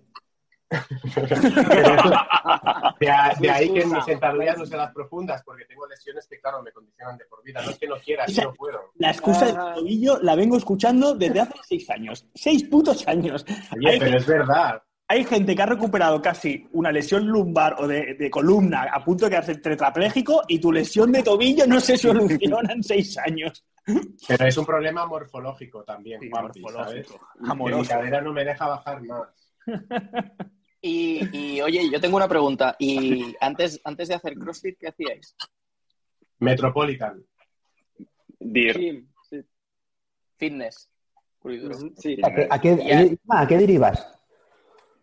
S7: De, a- de ahí que
S4: Excusa.
S7: mis sentadillas no sean las profundas porque tengo lesiones que, claro, me condicionan de por vida. No es que no quiera, es que no puedo.
S2: La excusa
S4: Ajá.
S2: del tobillo la vengo escuchando desde hace seis años. Seis putos años.
S7: Oye,
S2: Hay-
S7: pero es verdad.
S2: Hay gente que ha recuperado casi una lesión lumbar o de, de columna a punto de quedarse tetrapléjico y tu lesión de tobillo no se soluciona en seis años.
S7: Pero es un problema morfológico también, Juanpi,
S2: Morfológico,
S7: ¿sabes? Que mi
S2: Amoroso.
S7: cadera no me deja bajar más.
S3: Y, y, oye, yo tengo una pregunta. Y antes, antes de hacer CrossFit, ¿qué hacíais?
S7: Metropolitan.
S5: Dir.
S4: Gym, sí.
S3: Fitness. puro y duro.
S4: Ujú, sí.
S6: ¿A qué, a qué-
S3: Ya.
S6: Isma, ¿a qué derivas?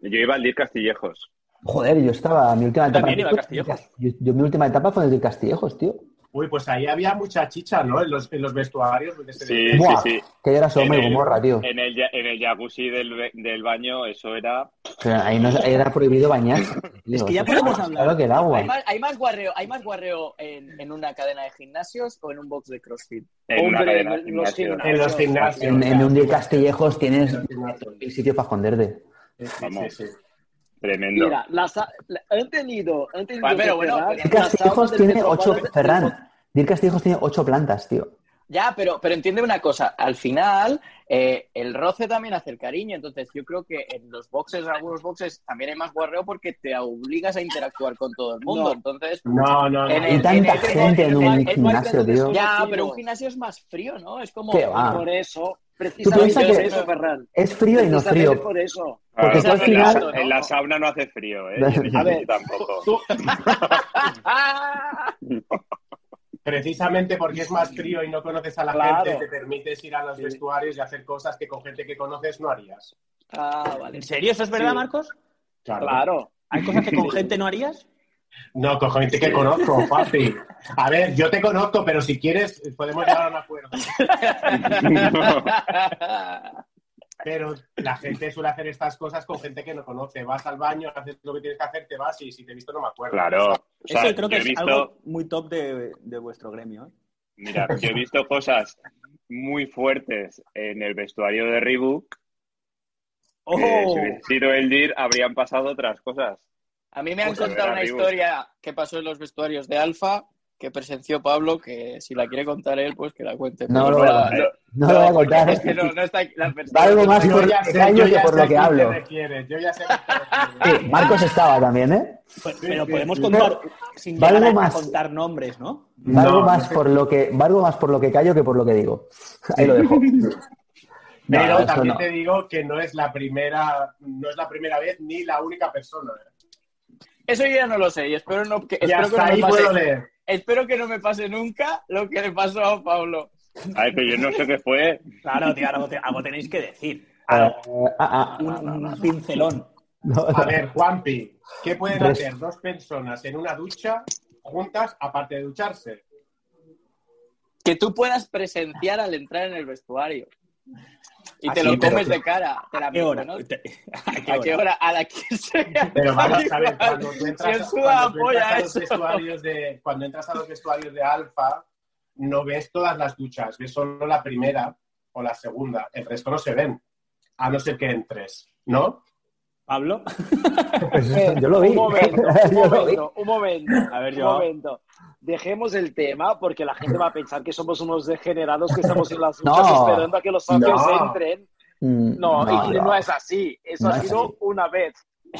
S5: Yo iba al Dir Castillejos.
S6: Joder, yo estaba. Mi última
S3: Yo
S6: etapa.
S3: también iba a Castillejos.
S6: Yo, yo- mi última etapa fue desde Castillejos, tío.
S7: Uy, pues ahí había mucha chicha, ¿no? En los, en los vestuarios. porque se-
S5: Sí,
S6: Buah,
S5: sí, sí.
S6: Que yo era Sodoma
S5: En
S6: y
S5: el-
S6: Gomorra, tío.
S5: En el, ya- en el jacuzzi del, be- del baño, eso era.
S6: O sea, ahí, no, ahí era prohibido bañarse. tío.
S2: Es que ya podemos hablar.
S6: Claro que el agua.
S3: ¿Hay más, hay más guarreo, hay más guarreo en, en una cadena de gimnasios o en un box de CrossFit?
S5: En una
S4: Hombre,
S5: cadena de
S4: en los
S5: gimnasio.
S4: gimnasios.
S7: En los gimnasios.
S6: En, en un día Castillejos tienes
S7: En los gimnasios.
S6: mil sitios para esconderte.
S7: Sí, sí,
S5: Vamos.
S7: sí, sí.
S5: Tremendo.
S4: Mira, las ha- la- han tenido, han tenido
S3: Vale, pero
S4: que
S3: bueno,
S4: cerrar
S3: pero
S6: Dir
S4: las aulas
S6: Castillejos
S4: del
S6: tiene
S4: Metropolitano
S6: ocho.
S4: de-
S6: Ferran, Dir Castillejos tiene ocho plantas, tío.
S3: Ya, pero, pero entiende una cosa. Al final, eh, el roce también hace el cariño. Entonces, yo creo que en los boxes, en algunos boxes, también hay más guarreo porque te obligas a interactuar con todo el mundo.
S4: No.
S3: Entonces,
S7: No, no,
S3: En
S7: no.
S6: Hay
S3: el-
S6: tanta
S3: en el-
S6: gente en
S4: en
S6: un
S4: el-
S6: gimnasio,
S4: en el-
S6: tío.
S3: ya,
S4: Sí,
S3: pero
S4: no.
S3: un gimnasio es más frío, ¿no? Es como...
S6: ¿Qué va?
S4: Por eso,
S6: piensa
S4: precisamente por
S6: que-
S4: eso, Ferran.
S6: Es frío y no es
S4: Precisamente
S6: frío.
S4: Por eso.
S6: Porque tú al
S5: en, la,
S6: final-
S5: sa- en la sauna no hace frío, ¿eh? Y en el
S6: A
S5: jacuzzi
S4: ver.
S5: tampoco.
S3: ¡Ah!
S7: Precisamente porque es más frío y no conoces a la
S4: Claro.
S7: gente, te permites ir a los vestuarios y hacer cosas que con gente que conoces no harías.
S4: Ah, vale.
S2: ¿En serio eso es verdad, Marcos?
S7: Claro.
S4: Claro.
S2: ¿Hay cosas que con gente no harías?
S7: No, con gente que conozco, fácil. A ver, yo te conozco, pero si quieres podemos llegar a un acuerdo.
S3: Ah,
S7: Pero la gente suele hacer estas cosas con gente que no conoce. Vas al baño, haces lo que tienes que hacer, te vas y si te he visto no me acuerdo.
S5: Claro. O sea,
S2: Eso creo que
S5: yo he
S2: es
S5: visto,
S2: algo muy top de, de vuestro gremio. ¿eh?
S5: mira, yo he visto cosas muy fuertes en el vestuario de Reebok. que
S2: ¡Oh!
S5: si hubiese sido el DIR, habrían pasado otras cosas.
S3: A mí me han
S5: Pues,
S3: contado
S5: a ver,
S3: una
S5: amigos.
S3: historia que pasó en los vestuarios de Alfa, que presenció Pablo, que si la quiere contar él, pues que la cuente.
S6: No
S3: Pero
S6: lo voy a
S3: la-
S6: contar. No lo voy a contar.
S3: Es que no, no está aquí la persona.
S6: Va algo más
S7: Yo
S6: por
S7: ya sé,
S6: extraño
S7: yo
S6: que
S7: ya
S6: por
S7: sé
S6: lo
S7: a
S6: que
S7: quién Ah, te
S6: hablo. Eh,
S7: refieres, Yo ya sé a quién te refieres.
S6: Sí, Marcos estaba también, ¿eh?
S2: Pues-
S7: Sí,
S2: pero
S7: sí,
S2: podemos
S7: sí.
S2: contar sin
S6: Valgo
S2: llegar a- a
S6: más.
S2: contar nombres, ¿no?
S6: Valgo,
S7: No,
S6: más
S7: no sé.
S6: por lo que, valgo más por lo que callo que por lo que digo. Ahí lo dejo. No,
S7: Pero
S6: eso
S7: también
S6: no.
S7: te digo que no es la primera, no es la primera vez ni la única persona. ¿eh?
S3: Eso yo ya no lo sé y espero, no, que,
S7: Y
S3: espero, que
S7: hasta
S3: no me
S7: ahí
S3: pase,
S7: puedo leer.
S3: espero que no me pase nunca lo que le pasó a Pablo.
S5: A ver, pero yo no sé qué fue.
S2: Claro, tío, algo, te- algo tenéis que decir.
S6: Ah,
S2: Algo,
S6: ah,
S2: un, un pincelón.
S6: no,
S7: A ver, Juanpi, ¿qué pueden
S6: Res-
S7: hacer dos personas en una ducha juntas aparte de ducharse?
S3: Que tú puedas presenciar al entrar en el vestuario. Y te
S2: Así,
S3: lo
S2: pero-
S3: comes de cara. Te la
S2: ¿A qué
S3: misma,
S2: hora?
S3: ¿no?
S2: Te- ¿A
S3: ¿A qué hora? A la que sea.
S7: Pero vamos a ver,
S3: Igual.
S7: cuando tú entras,
S3: Si os suda,
S7: cuando tú
S3: apoya
S7: entras a los
S3: eso.
S7: vestuarios de, cuando entras a los vestuarios de Alfa, no ves todas las duchas, ves solo la primera o la segunda. El resto no se ven, a no ser que entres, ¿no?
S2: Pablo,
S6: pues, yo lo vi.
S4: Eh, Un momento, un
S6: Yo lo vi.
S4: momento, un momento.
S2: A ver,
S4: un
S2: yo.
S4: momento. Dejemos el tema porque la gente va a pensar que somos unos degenerados que estamos en las
S6: No.
S4: luchas esperando a que los socios
S7: No.
S4: entren.
S6: Mm,
S4: No,
S6: no,
S4: y no.
S6: no.
S4: es así. Eso
S6: No
S4: ha
S6: es
S4: sido
S6: así.
S4: una vez.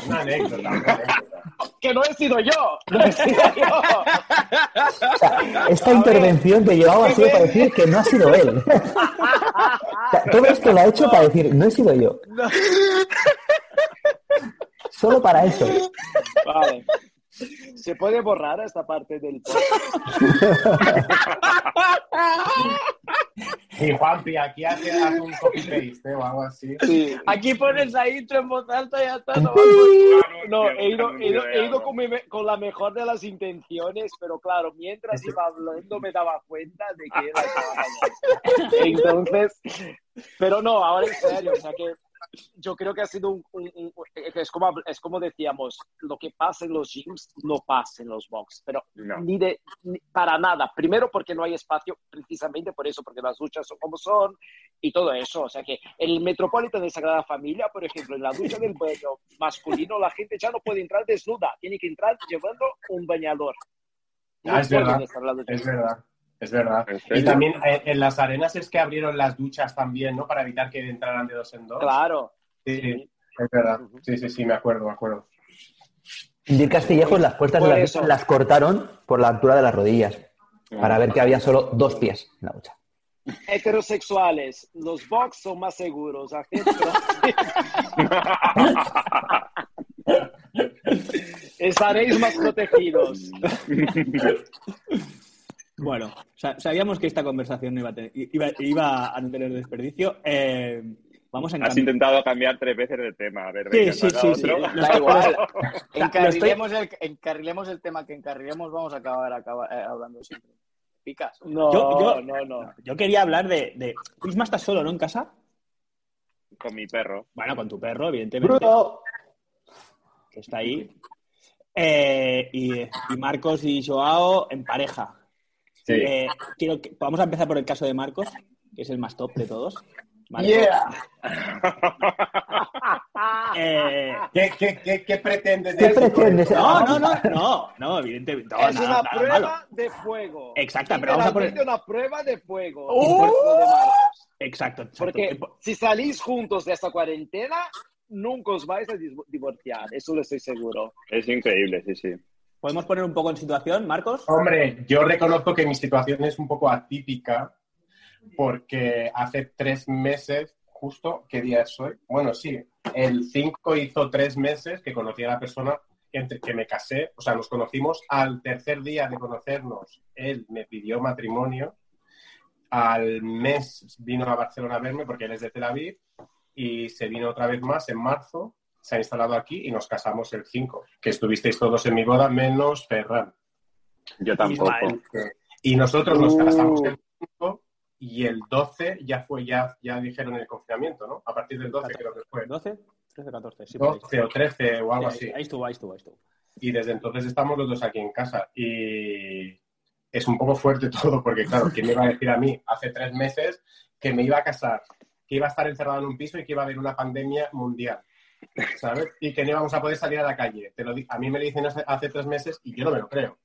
S7: Una anécdota. una anécdota.
S4: Que no he sido yo. No he sido yo.
S6: O sea, esta intervención que llevaba ha sido para decir que no ha sido él. O sea, todo esto lo ha hecho para decir, no he sido yo. Solo para eso.
S4: Vale. ¿Se puede borrar esta parte del
S7: Y Juanpi, aquí hace, hace un copy-paste ¿eh? o algo así.
S4: Sí.
S3: Aquí pones la intro en voz alta y ya está. No,
S4: No, he ido, he ido- he ido con, mi me- con la mejor de las intenciones, pero claro, mientras iba hablando me daba cuenta de que era yo. Entonces, pero no, ahora en serio, o sea que yo creo que ha sido un, un- un- es, como, habl- es como decíamos, lo que pasa en los gyms no pasa en los box, pero
S5: No.
S4: ni de ni- para nada. Primero porque no hay espacio, precisamente por eso, porque las duchas son como son y todo eso. O sea que en el Metropolitan de Sagrada Familia, por ejemplo, en la ducha del baño masculino, la gente ya no puede entrar desnuda, tiene que entrar llevando un bañador.
S7: Ah, es
S4: pueden
S7: verdad.
S4: estar las duchas.
S7: Es verdad, es verdad.
S5: ¿En serio?
S7: Y también eh, en las arenas es que abrieron las duchas también, ¿no? Para evitar que entraran de dos en dos.
S4: Claro.
S7: Sí, sí, es verdad. Sí, sí, sí, me acuerdo, me acuerdo.
S6: Dir Castillejos, las puertas de
S4: Por
S6: la
S4: eso.
S6: ducha las cortaron por la altura de las rodillas, para ver que había solo dos pies en la ducha.
S4: Heterosexuales, los box son más seguros. la gente- Estaréis más protegidos.
S2: bueno, sa- sabíamos que esta conversación no iba a, tener- iba, iba a no tener desperdicio. Eh, vamos a
S5: Has
S2: encaminar.
S5: intentado cambiar tres veces de tema. A ver,
S2: Sí,
S5: venga,
S2: sí,
S5: saca
S2: sí, sí.
S5: otro.
S2: Lo
S3: Da
S2: estoy-
S3: igual.
S2: lo estoy-
S3: Encarrilemos, el, encarrilemos el tema que encarrilemos, vamos a acabar, acaba- eh, hablando siempre. Picas.
S4: No,
S2: Yo- yo-
S4: no, no.
S2: Yo quería hablar de, de... Isma, estás solo, ¿no? En casa.
S5: Con mi perro.
S2: Bueno, con tu perro, evidentemente,
S6: Bruno,
S2: que está ahí. Eh, y, y Marcos y Joao en pareja.
S7: Sí.
S2: Eh, quiero que- vamos a empezar por el caso de Marcos, que es el más top de todos. ¿vale?
S7: Yeah.
S2: Eh,
S7: ¿Qué, qué, qué, qué pretendes?
S6: ¿qué
S7: de eso?
S6: pretendes?
S2: no, no, no, no, no, evidentemente. no,
S4: es
S2: nada-
S4: una
S2: nada
S4: prueba
S2: malo.
S4: de fuego.
S2: Exacta, pero vamos a poner-
S4: Literalmente una prueba de fuego.
S2: ¡Uh!
S4: ¡Oh! el cuerpo de Marcos.
S2: Exacto, exacto. Eh,
S4: Porque si salís juntos de esta cuarentena, nunca os vais a dis- divorciar. Eso lo estoy seguro.
S5: Es increíble, sí, sí.
S2: ¿Podemos poner un poco en situación, Marcos?
S4: Oh.
S7: Hombre, yo reconozco que mi situación es un poco atípica porque hace tres meses, justo, ¿qué día es hoy? Bueno, sí, el 5 hizo tres meses que conocí a la persona entre que me casé, o sea, nos conocimos al tercer día de conocernos, él me pidió matrimonio, al mes vino a Barcelona a verme porque él es de Tel Aviv y se vino otra vez más en marzo se ha instalado aquí y nos casamos el 5, que estuvisteis todos en mi boda menos Ferran.
S5: Yo tampoco.
S2: Ismael.
S7: Y nosotros nos
S4: Uh.
S7: casamos el 5 y el 12 ya fue, ya, ya dijeron el confinamiento, ¿no? A partir del 12 creo que fue.
S2: 12, 13, 14, sí, por ahí.
S7: 12 o 13 o algo
S2: Sí,
S7: así.
S2: ahí estuvo, ahí estuvo, ahí estuvo.
S7: Y desde entonces estamos los dos aquí en casa. Y es un poco fuerte todo, porque claro, ¿quién me iba a decir a mí hace tres meses que me iba a casar, que iba a estar encerrado en un piso y que iba a haber una pandemia mundial? ¿Sabes? Y que no íbamos a poder salir a la calle. Te lo di- a mí me lo dicen hace, hace tres meses y yo no me lo creo.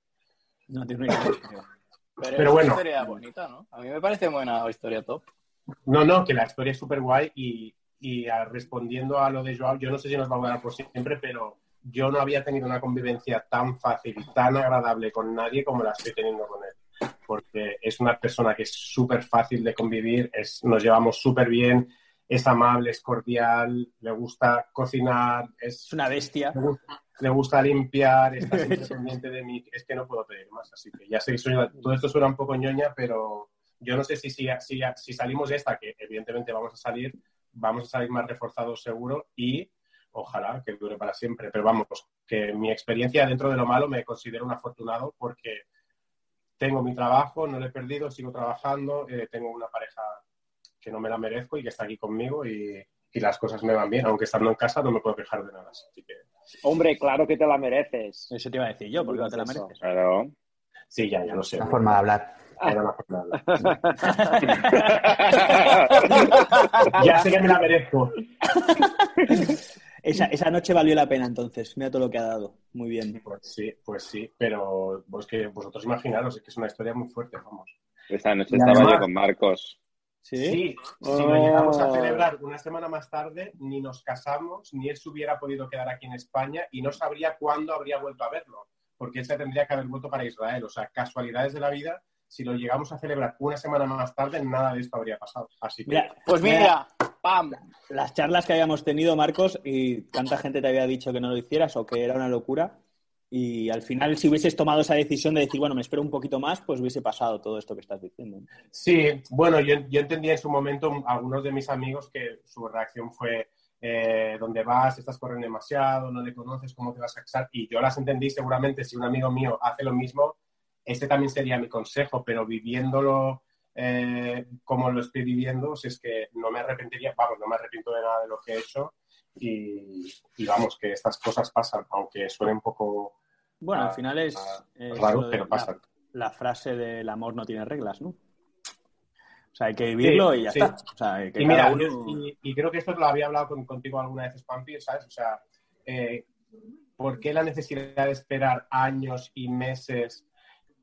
S2: No tiene una idea.
S3: Pero,
S7: Pero
S3: es
S7: bueno.
S3: una historia bonita, ¿no? A mí me parece buena historia top.
S7: No, no, que la historia es súper guay y, y, ah, respondiendo a lo de Joao, yo no sé si nos va a durar por siempre, pero yo no había tenido una convivencia tan fácil y tan agradable con nadie como la estoy teniendo con él. Porque es una persona que es súper fácil de convivir, es- nos llevamos súper bien, es amable, es cordial, le gusta cocinar,
S2: Es
S7: es,
S2: una bestia.
S7: le, gu- le gusta limpiar, está siempre pendiente de mí. Es que no puedo pedir más, así que ya sé que suena- todo esto suena un poco ñoña, pero yo no sé si, si, si, si salimos de esta, que evidentemente vamos a salir, vamos a salir más reforzados seguro y ojalá que dure para siempre. Pero vamos, que mi experiencia dentro de lo malo me considero un afortunado porque tengo mi trabajo, no lo he perdido, sigo trabajando, eh, tengo una pareja que no me la merezco y que está aquí conmigo y, y las cosas me van bien, aunque estando en casa no me puedo quejar de nada. Así que
S4: Hombre, claro que te la mereces.
S2: Eso te iba a decir yo, porque no te la
S4: Eso.
S2: mereces.
S5: Claro.
S7: Sí, ya, ya lo sé.
S6: La forma de hablar.
S7: Era una forma de hablar. ya sé que me la merezco.
S2: Esa, esa noche valió la pena entonces. Mira todo lo que ha dado. Muy bien.
S7: Pues sí, pues sí, pero vos que vosotros imaginaros, es que es una historia muy fuerte, vamos.
S5: Esta noche
S7: Y
S5: estaba
S7: además-
S5: yo con Marcos.
S2: ¿Sí? Oh.
S7: si lo llegamos a celebrar una semana más tarde, ni nos casamos, ni él se hubiera podido quedar aquí en España y no sabría cuándo habría vuelto a verlo, porque él se tendría que haber vuelto para Israel. O sea, casualidades de la vida, si lo llegamos a celebrar una semana más tarde, nada de esto habría pasado. Así que
S2: Mira,
S3: Pues mira, pam.
S2: las charlas que habíamos tenido, Marcos, y tanta gente te había dicho que no lo hicieras o que era una locura. Y al final, si hubieses tomado esa decisión de decir, bueno, me espero un poquito más, pues hubiese pasado todo esto que estás diciendo.
S7: Sí, bueno, yo, yo entendí en su momento algunos de mis amigos que su reacción fue eh, ¿dónde vas? Estás corriendo demasiado, no le conoces, ¿cómo te vas a casar? Y yo las entendí seguramente si un amigo mío hace lo mismo, este también sería mi consejo, pero viviéndolo eh, como lo estoy viviendo, si es que no me arrepentiría, vamos, no me arrepiento de nada de lo que he hecho y, y vamos, que estas cosas pasan, aunque suene un poco
S2: Bueno,
S7: Ah,
S2: al final es,
S7: ah,
S2: es
S7: raro,
S2: Eh, lo de
S7: pero
S2: la-
S7: pasan.
S2: La, frase del amor no tiene reglas, ¿no? O sea, hay que vivirlo y ya
S7: sí.
S2: está. O sea, que
S7: Y
S2: cada
S7: mira,
S2: uno-
S7: y, y creo que esto lo había hablado con- contigo alguna vez, Spampi, ¿sabes? O sea, eh, ¿por qué la necesidad de esperar años y meses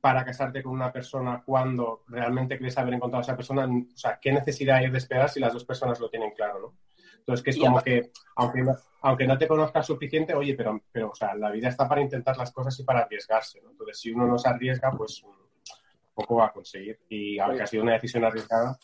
S7: para casarte con una persona cuando realmente crees haber encontrado a esa persona? O sea, ¿qué necesidad hay de esperar si las dos personas lo tienen claro, no? Entonces, que es
S3: Y
S7: como que, aunque no, aunque no te conozcas suficiente, oye, pero, pero, o sea, la vida está para intentar las cosas y para arriesgarse, ¿no? Entonces, si uno no se arriesga, pues poco va a conseguir. Y aunque
S3: Oye.
S7: ha sido una decisión arriesgada,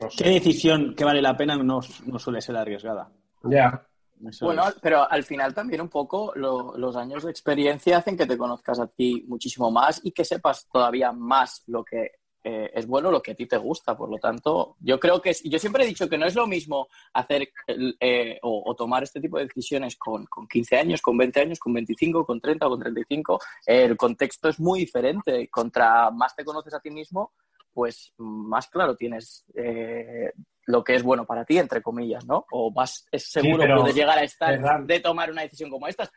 S7: no sé.
S2: ¿Qué decisión que vale la pena no, no suele ser arriesgada?
S3: Uh,
S7: Ya.
S2: Eso
S3: Bueno,
S2: es.
S3: pero al final también un poco lo- los años de experiencia hacen que te conozcas a ti muchísimo más y que sepas todavía más lo que eh, es bueno, lo que a ti te gusta. Por lo tanto, yo creo que es- yo siempre he dicho que no es lo mismo hacer el- eh, o, o tomar este tipo de decisiones con, con 15 años, con 20 años, con 25, con 30 o con 35. El contexto es muy diferente. Contra más te conoces a ti mismo, pues más claro tienes eh, lo que es bueno para ti, entre comillas, ¿no? O más es seguro
S7: pero-
S3: puedes llegar a estar
S7: Ferran.
S3: de tomar una decisión como esta,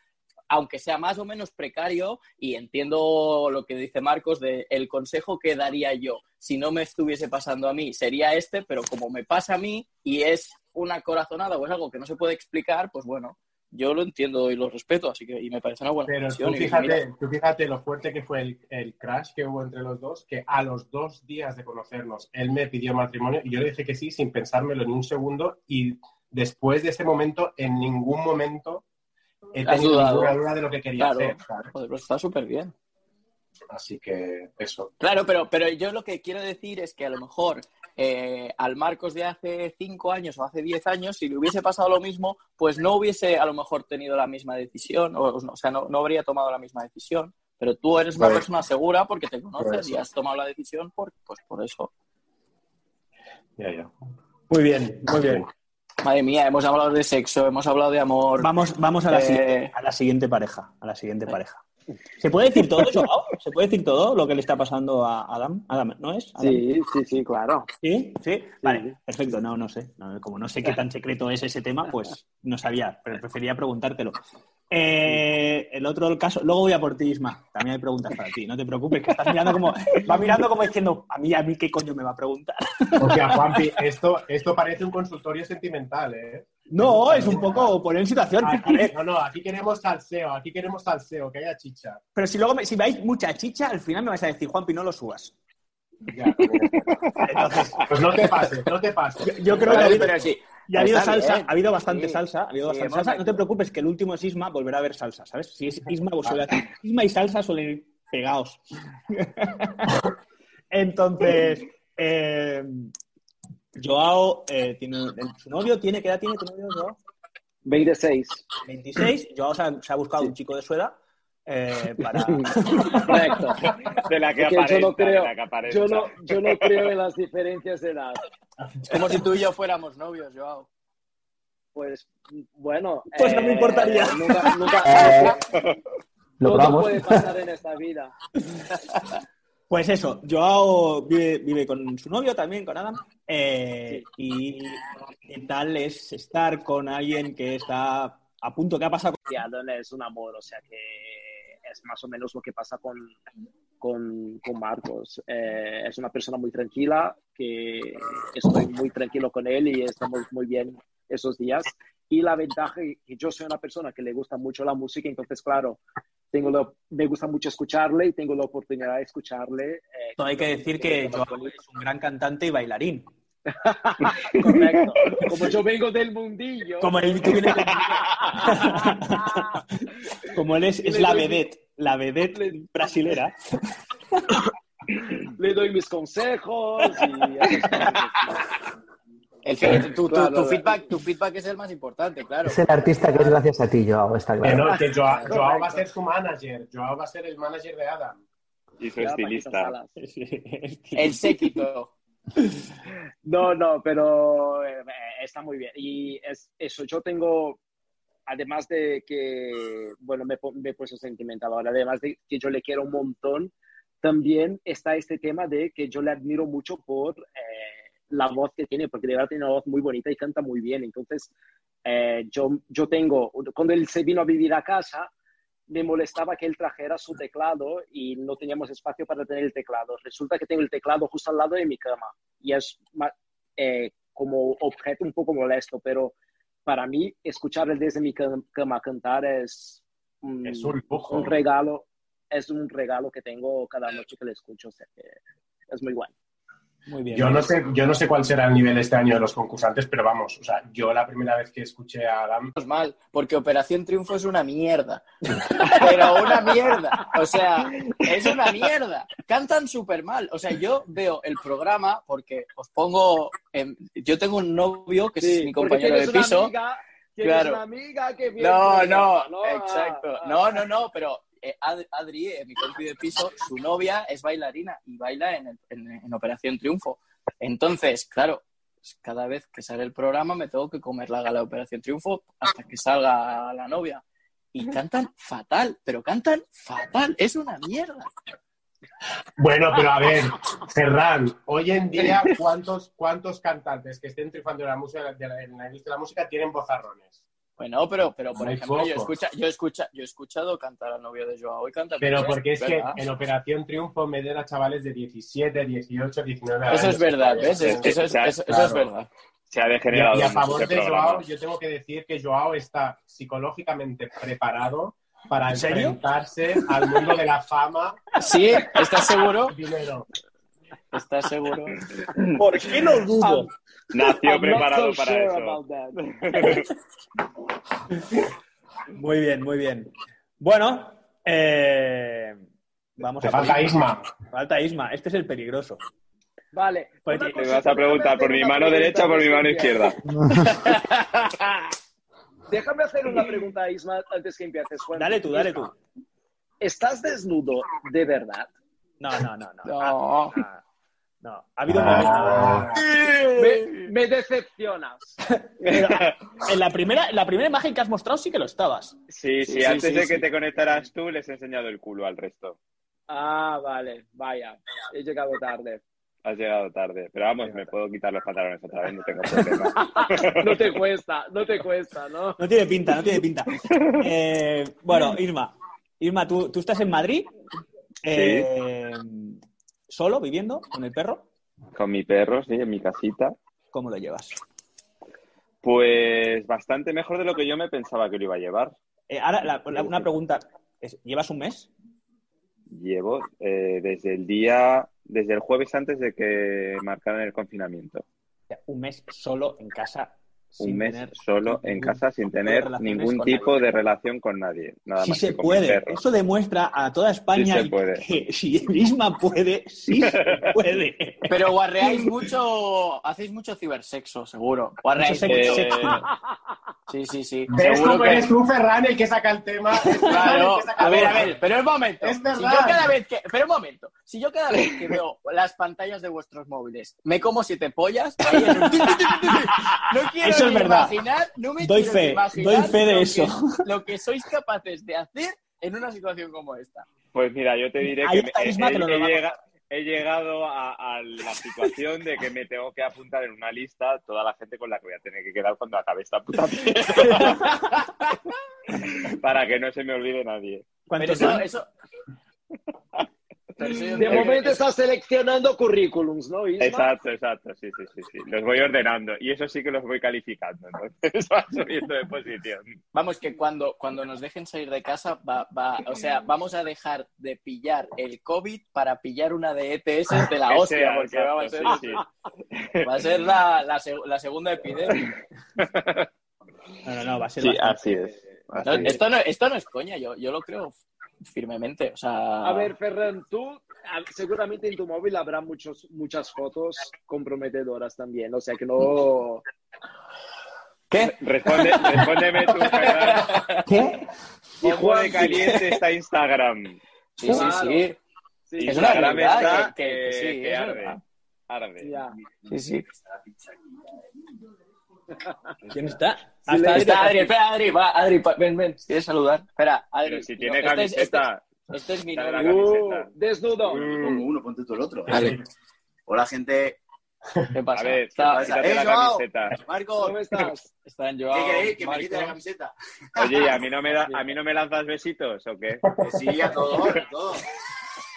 S3: aunque sea más o menos precario, y entiendo lo que dice Marcos de el consejo que daría yo si no me estuviese pasando a mí sería este, pero como me pasa a mí y es una corazonada o es algo que no se puede explicar, pues bueno, yo lo entiendo y lo respeto, así que y me parece una buena
S7: Pero
S3: decisión,
S7: tú
S3: y mira,
S7: fíjate, tú fíjate lo fuerte que fue el, el crash que hubo entre los dos, que a los dos días de conocernos, él me pidió matrimonio y yo le dije que sí sin pensármelo ni un segundo y después de ese momento, en ningún momento he
S3: Has
S7: tenido
S3: dudado.
S7: ninguna duda de lo que quería
S3: Claro.
S7: hacer. ¿sabes?
S3: joder, pues está súper bien.
S7: Así que eso.
S3: Claro, pero, pero yo lo que quiero decir es que a lo mejor eh, al Marcos de hace cinco años o hace diez años, si le hubiese pasado lo mismo, pues no hubiese a lo mejor tenido la misma decisión, o, o sea, no, no habría tomado la misma decisión. Pero tú eres una
S7: Vale.
S3: persona segura porque te conoces
S7: eso.
S3: y has tomado la decisión por, pues por eso.
S7: Ya, ya.
S2: Muy bien, muy bien.
S3: Madre mía, hemos hablado de sexo, hemos hablado de amor.
S2: Vamos, vamos a, la
S3: Eh.
S2: siguiente, a la siguiente pareja. A la
S4: eh,
S2: siguiente pareja. ¿Se puede decir todo eso, Pau? ¿Se puede decir todo lo que le está pasando a Adam? Adam ¿No es? Adam.
S4: Sí, sí, sí, claro.
S2: ¿Sí? ¿Sí? Vale, perfecto. No, no sé. No, como no sé qué tan secreto es ese tema, pues no sabía, pero prefería preguntártelo. Eh, el otro caso, luego voy a por ti, Isma. También hay preguntas para ti, no te preocupes, que estás mirando como, va mirando como diciendo, a mí, a mí, ¿qué coño me va a preguntar?
S7: O sea, Juanpi, esto, esto parece un consultorio sentimental, ¿eh?
S2: No, es un poco poner en situación.
S7: Aquí- no, no, aquí queremos salseo, aquí queremos salseo, que haya chicha.
S2: Pero si luego, me, si veis mucha chicha, al final me vais a decir, Juanpi, no lo subas.
S7: Ya, también es verdad.
S2: Entonces,
S7: pues no te pases, no te pases.
S2: yo creo que ha
S3: Vale,
S2: habido,
S3: pero sí.
S2: ya ha habido
S3: Está
S2: salsa,
S3: bien.
S2: ha habido bastante
S3: Sí,
S2: salsa, ha habido
S3: sí,
S2: bastante
S3: hemos
S2: salsa. No te
S3: metido.
S2: preocupes que el último es Isma, volverá a haber salsa, ¿sabes? Si es Isma, vos suele- Isma y salsa suelen ir pegados. Entonces, eh, Joao, eh, tiene, su novio tiene, ¿qué edad tiene tu novio, Joao?
S4: 26.
S2: 26. Joao se ha, se ha buscado un chico de su edad eh, para...
S4: Correcto.
S5: De la que
S4: Es que yo
S5: aparece.
S4: no creo-
S5: de la que aparenta.
S4: Yo no, yo no creo en las diferencias de edad.
S3: Es como si tú y yo fuéramos novios, Joao.
S4: Pues bueno. eh,
S2: Pues no me importaría.
S4: Nunca, nunca,
S6: Eh, Lo
S4: todo
S6: probamos.
S4: puede pasar en esta vida.
S2: Pues eso, Joao vive, vive con su novio también, con Adam. eh, Y qué tal es estar con alguien que está a punto, ¿qué ha pasado?
S8: y Adam es un amor, o sea que es más o menos lo que pasa con, con, con Marcos. Eh, es una persona muy tranquila, que estoy muy tranquilo con él y estamos muy bien esos días. Y la ventaja es que yo soy una persona que le gusta mucho la música, entonces, claro, tengo la- me gusta mucho escucharle y tengo la oportunidad de escucharle. eh,
S2: Hay que decir que
S8: lo más
S2: Joao
S8: bonito.
S2: es un gran cantante y bailarín.
S4: Correcto. Como yo vengo del mundillo.
S2: Como él, tú vienes de- Como él es, es la vedette, la vedette brasilera.
S4: le doy mis consejos y esas cosas.
S3: El fe- tu, tu-
S4: Claro,
S3: tu
S4: claro.
S3: feedback, tu feedback es el más importante, claro.
S6: Es el artista que es gracias a ti, Joao, está
S7: Que
S6: claro.
S7: no, que Joao, Joao va a ser su manager, Joao va a ser el manager de Adam.
S5: Y su
S4: Ya, Paquita
S5: estilista.
S4: Salas.
S3: El séquito.
S8: No, no, pero eh, está muy bien. Y es eso, yo tengo, además de que, bueno, me, po- me he puesto sentimental ahora, además de que yo le quiero un montón, también está este tema de que yo le admiro mucho por eh, la voz que tiene, porque de verdad tiene una voz muy bonita y canta muy bien. Entonces, eh, yo, yo tengo, cuando él se vino a vivir a casa, me molestaba que él trajera su teclado y no teníamos espacio para tener el teclado. Resulta que tengo el teclado justo al lado de mi cama y es ma- eh, como objeto un poco molesto, pero para mí escucharle desde mi cam- cama cantar es un,
S7: Es un lujo.
S8: un regalo, es un regalo que tengo cada noche que le escucho, o sea que es muy bueno.
S2: Muy bien.
S7: Yo no, sé, yo no sé cuál será el nivel este año de los concursantes, pero vamos, o sea, yo la primera vez que escuché a Adam,
S3: Menos mal, porque Operación Triunfo es una mierda. Pero una mierda. O sea, es una mierda. Cantan súper mal. O sea, yo veo el programa porque os pongo. em, yo tengo un novio que es mi
S4: porque
S3: compañero de
S4: tienes una
S3: piso.
S4: amiga- tienes
S3: Claro.
S4: una amiga que viene-
S3: No, no,
S4: Ah,
S3: exacto.
S4: ah.
S3: No, no, no, pero eh, Ad- Adri, eh, mi compi de piso, su novia es bailarina y baila en, el- en- en Operación Triunfo. Entonces, claro, cada vez que sale el programa me tengo que comer la gala de Operación Triunfo hasta que salga la novia. Y cantan fatal, pero cantan fatal. Es una mierda.
S7: bueno, pero a ver, Ferran, hoy en día, ¿cuántos, cuántos cantantes que estén triunfando en la, música, de la- en la industria de la música tienen bozarrones?
S3: Bueno, pero, pero por
S7: Muy
S3: ejemplo, yo,
S7: pocos.
S3: escucha, yo, escucha, yo he escuchado cantar al novio de Joao y canta
S7: Pero
S3: muy bien,
S7: porque es que
S3: ¿verdad?
S7: en Operación Triunfo meten a chavales de 17, 18, 19 años.
S3: Eso es verdad, ¿ves? Eso, eso es- eso- eso es
S7: Claro.
S3: verdad.
S5: Se ha
S7: Y a,
S5: degenerado.
S7: y a
S5: mucho
S7: favor
S5: este
S7: de
S5: programa.
S7: Joao, yo tengo que decir que Joao está psicológicamente preparado para
S2: ¿En serio?
S7: enfrentarse al mundo de la fama
S3: ¿Sí? ¿Estás seguro?
S7: dinero.
S3: ¿Estás seguro?
S2: ¿Por qué no dudo?
S5: Nació
S4: I'm not
S5: preparado
S4: so
S5: para
S4: sure
S5: eso.
S4: about that.
S2: Muy bien, muy bien. Bueno, eh, vamos
S7: Te
S2: a...
S7: falta Isma.
S2: Falta Isma, este es el peligroso.
S4: Vale.
S2: Pues
S4: una
S2: te-
S5: Me
S4: cosa,
S5: vas a preguntar por mi
S4: déjame
S5: mano
S4: hacer una
S5: derecha o por mi
S4: pregunta,
S5: mano
S4: Cristian.
S5: izquierda.
S4: Déjame hacer una pregunta, Isma, antes que empieces. Juan.
S2: Dale tú, dale tú.
S4: ¿Estás desnudo de verdad?
S2: No, no, no, no.
S3: No.
S2: Ah,
S4: No, ha habido momentos.
S8: Me, me decepcionas.
S2: En la primera, en la primera imagen que has mostrado sí que lo estabas.
S5: Sí, sí,
S8: sí,
S5: antes
S8: sí,
S5: de que
S8: sí.
S5: te conectaras tú, les he enseñado el culo al resto.
S8: Ah, vale, vaya. He llegado tarde.
S5: Has llegado tarde. Pero vamos, me puedo quitar los pantalones otra vez, no tengo problema.
S8: No te cuesta, no te cuesta, ¿no?
S2: No tiene pinta, no tiene pinta. Eh, bueno, Irma, Irma, tú, tú estás en Madrid, eh, solo, viviendo, con el perro.
S5: Con mi perro, sí, en mi casita.
S2: ¿Cómo lo llevas?
S5: Pues bastante mejor de lo que yo me pensaba que lo iba a llevar.
S2: Eh, ahora, la- la- una pregunta. es, ¿Llevas un mes?
S5: Llevo eh, desde el día, desde el jueves antes de que marcaran el confinamiento.
S2: O sea, un mes solo en casa.
S5: un
S2: sin
S5: mes
S2: tener
S5: solo en
S2: ningún
S5: casa sin
S2: tipo de
S5: tener
S2: relaciones
S5: ningún
S2: con
S5: tipo
S2: nadie.
S5: de relación con nadie. Nada
S2: Sí
S5: más
S2: se
S5: que con mi
S2: puede.
S5: perro.
S2: Eso demuestra a toda España
S5: Sí se puede.
S2: que si misma puede, sí se puede.
S3: Pero guarreáis mucho, hacéis mucho cibersexo, seguro. Guarreáis
S2: Mucho
S3: mucho.
S5: Eh,
S3: Sí, sí, sí.
S7: ¿Ves
S3: Seguro
S7: cómo
S3: que-
S7: eres tú, Ferran, el que saca el tema? Es Ferran
S3: Claro,
S7: el que saca
S3: a
S7: el
S3: ver, a
S7: tema.
S3: ver, pero un momento.
S7: Es
S3: Si
S7: verdad.
S3: yo cada vez que, pero un momento. Si yo cada vez que veo las pantallas de vuestros móviles, me como siete pollas, ahí en un ti, ti, ti, ti, ti. no quiero
S2: Eso es
S3: ni
S2: verdad.
S3: imaginar, no me
S2: Doy
S3: quiero
S2: fe,
S3: ni imaginar
S2: doy fe de
S3: lo que-
S2: eso.
S3: lo que sois capaces de hacer en una situación como esta.
S5: Pues mira, yo te diré
S2: Ahí
S5: que
S2: está
S5: me-
S2: Isma,
S5: he,
S2: te lo
S5: he
S2: va a
S5: llega- he llegado a, a la situación de que me tengo que apuntar en una lista toda la gente con la que voy a tener que quedar cuando acabe esta puta mierda. Para que no se me olvide nadie.
S3: Pero
S2: ¿Cuántos
S3: eso,
S2: son?
S3: eso. Pero eso yo
S8: De
S3: creo
S8: momento
S3: que-
S8: estás seleccionando currículums, ¿no, Isma?
S5: Exacto, exacto, sí, sí, sí, sí. Los voy ordenando y eso sí que los voy calificando. Entonces va subiendo de posición.
S3: Vamos, que cuando, cuando nos dejen salir de casa, va, va, o sea, vamos a dejar de pillar el COVID para pillar una de ETS de la
S5: Que
S3: hostia,
S5: sea,
S3: porque
S5: exacto,
S3: vamos a Ah. ser,
S5: sí, sí.
S3: va a ser la, la, seg- la segunda epidemia.
S2: No, no, no, va a ser
S5: Sí,
S2: bastante.
S5: así es. así
S3: No,
S5: es.
S3: esto, no, esto no es coña, yo, yo lo creo firmemente. O sea,
S8: A ver, Ferran, tú a- seguramente en tu móvil habrá muchos, muchas fotos comprometedoras también, o sea que no...
S3: ¿qué?
S5: Responde, respóndeme tú, Ferran.
S6: ¿Qué?
S5: Ojo de caliente está Instagram.
S3: Sí, sí, sí.
S8: Sí,
S3: Es una
S5: Instagram
S3: realidad
S5: está
S3: que- que- que
S5: eh,
S3: sí,
S5: que
S3: es
S5: arde.
S3: verdad.
S5: Arde.
S8: ya.
S3: Sí, sí.
S2: ¿Quién está?
S8: Sí, le-
S2: Hasta
S3: Está Adri, espera, Adri, va, Adri, pa- ven, ven, si quieres saludar. Espera, Adri.
S5: Pero si
S3: no,
S5: tiene
S3: este es-
S5: camiseta.
S3: Este, este es mi
S5: Está en la
S3: novio.
S8: Uh,
S5: camiseta.
S8: desnudo.
S5: Mm.
S9: Pongo uno, ponte tú el otro.
S3: Vale.
S9: Hola, gente.
S3: ¿Qué
S5: A
S3: pasa?
S5: ver,
S3: Está,
S9: pasa?
S5: quítate
S9: ¡Eh,
S5: la
S9: Joao!
S5: camiseta.
S9: Marco,
S8: ¿Cómo estás?
S3: están
S9: ¿qué
S3: Joao,
S9: queréis? ¿Que me quite la
S3: Marco.
S9: camiseta?
S5: Oye, ¿y ¿a mí, no me da- ¿a mí no me lanzas besitos o qué?
S9: Que sí, a todos, a todos.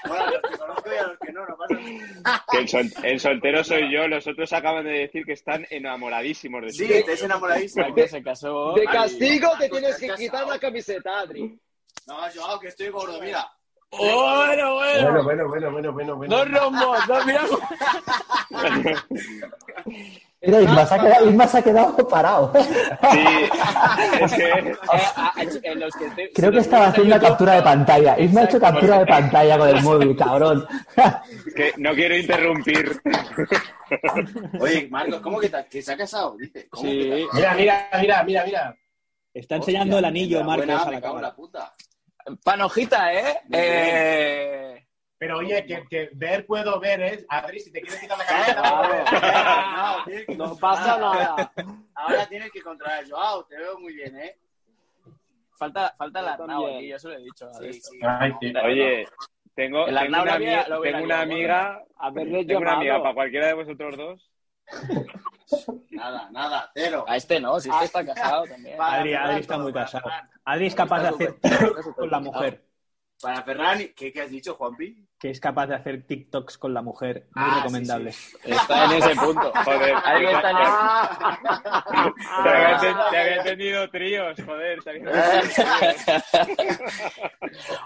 S9: Bueno, a los que conozco y a los que no, no pasa nada.
S5: Que el, sol- el soltero soy yo, los otros acaban de decir que están enamoradísimos de
S9: Sí,
S5: ti.
S9: te es enamoradísimo.
S3: Marco se casó.
S8: De
S3: Ay, pues,
S8: castigo te
S9: Ay,
S8: tienes
S9: estás
S8: que quitar
S9: casado.
S8: la camiseta, Adri.
S9: No, Joao, que estoy gordo, mira.
S3: Bueno, bueno.
S7: Bueno, bueno, bueno, bueno, bueno, bueno.
S3: Dos rombos, dos mira.
S6: Mira, Isma
S8: Estás
S6: se ha quedado, Isma se ha quedado parado.
S5: Sí, es que
S3: Eh, a- a- en los que te-
S6: Creo
S3: si
S6: que
S3: los
S6: estaba
S3: ves en
S6: haciendo
S3: YouTube,
S6: captura de pantalla. Isma ha hecho
S3: Exacto.
S6: captura de pantalla con el móvil, cabrón.
S5: que no quiero interrumpir.
S9: Oye, Marcos, ¿cómo que, te- que se ha casado? Dice, ¿cómo que te-
S3: Sí.
S7: Mira, mira, mira, mira, mira.
S2: Está enseñando el anillo, Marcos,
S9: Buena,
S2: a
S9: me
S2: la
S9: cago en
S2: cámara.
S9: la puta.
S3: Panojita, ¿eh?
S9: Muy bien.
S3: eh...
S7: Pero oye, que, que ver puedo ver, ¿eh? Adri, si te quieres quitar
S3: Eh,
S7: la
S8: Claro.
S7: camiseta.
S9: No, tienes que
S8: No pasa
S9: controlar.
S8: nada.
S9: Ah. Ahora tienes que controlar, Joao, te veo muy bien, ¿eh?
S3: Falta, falta el
S8: Yo
S3: Arnau
S8: también.
S3: aquí, yo se lo he dicho. a
S9: Sí,
S3: Alberto.
S9: sí.
S7: Ay, sí.
S5: Oye, tengo,
S3: El
S5: tengo
S3: Arnau
S5: una,
S3: lo hubiera-
S5: ami-
S3: lo hubiera
S5: tengo una
S3: llevado,
S5: amiga,
S8: Haberle
S5: tengo una amiga para
S8: llamado.
S5: cualquiera de vosotros dos.
S9: Nada, nada, cero.
S3: A este no, si este está casado también.
S9: Para
S2: Adri, Adri
S9: Ferran,
S2: está
S9: todo,
S2: muy
S9: para
S2: casado.
S9: Ferran.
S2: Adri es capaz de hacer TikToks con la mujer.
S9: Para Ferran, ¿qué, qué has dicho, Juanpi?
S2: Que es capaz de hacer TikToks con la mujer. Muy
S9: Ah, sí,
S2: recomendable.
S3: Está en ese punto.
S5: Joder,
S3: Ahí está en
S9: Ah.
S3: ese-
S5: te, había, te- te había entendido tríos, joder. te
S3: Eh,
S5: había-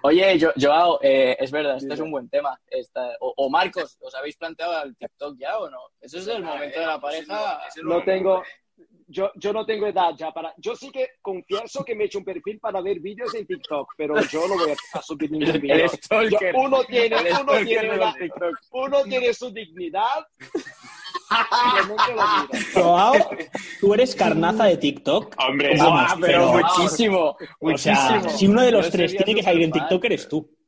S3: Oye, Jo- Joao, eh, es verdad, este es un buen tema. Esta- o, o Marcos, ¿os habéis planteado el TikTok ya o no? Eso es el momento de la pareja.
S9: Ese
S8: No tengo... Yo, yo no tengo edad ya para... Yo sí que confieso que me he hecho un perfil para ver vídeos en TikTok, pero yo no voy a, a subir ningún vídeo.
S3: El stalker.
S8: Yo- uno tiene,
S3: El
S8: uno
S3: stalker
S8: tiene,
S3: de
S8: la-
S3: los TikTok.
S8: uno tiene su dignidad. y el otro la mira.
S2: Joao, tú eres carnaza de TikTok.
S5: Hombre,
S2: Vamos,
S3: Ah,
S2: pero-
S3: pero muchísimo.
S2: O sea,
S3: muchísimo.
S2: si uno de los
S3: Yo
S2: tres
S3: sería
S2: tiene que salir en
S3: superfan.
S2: TikTok, eres tú.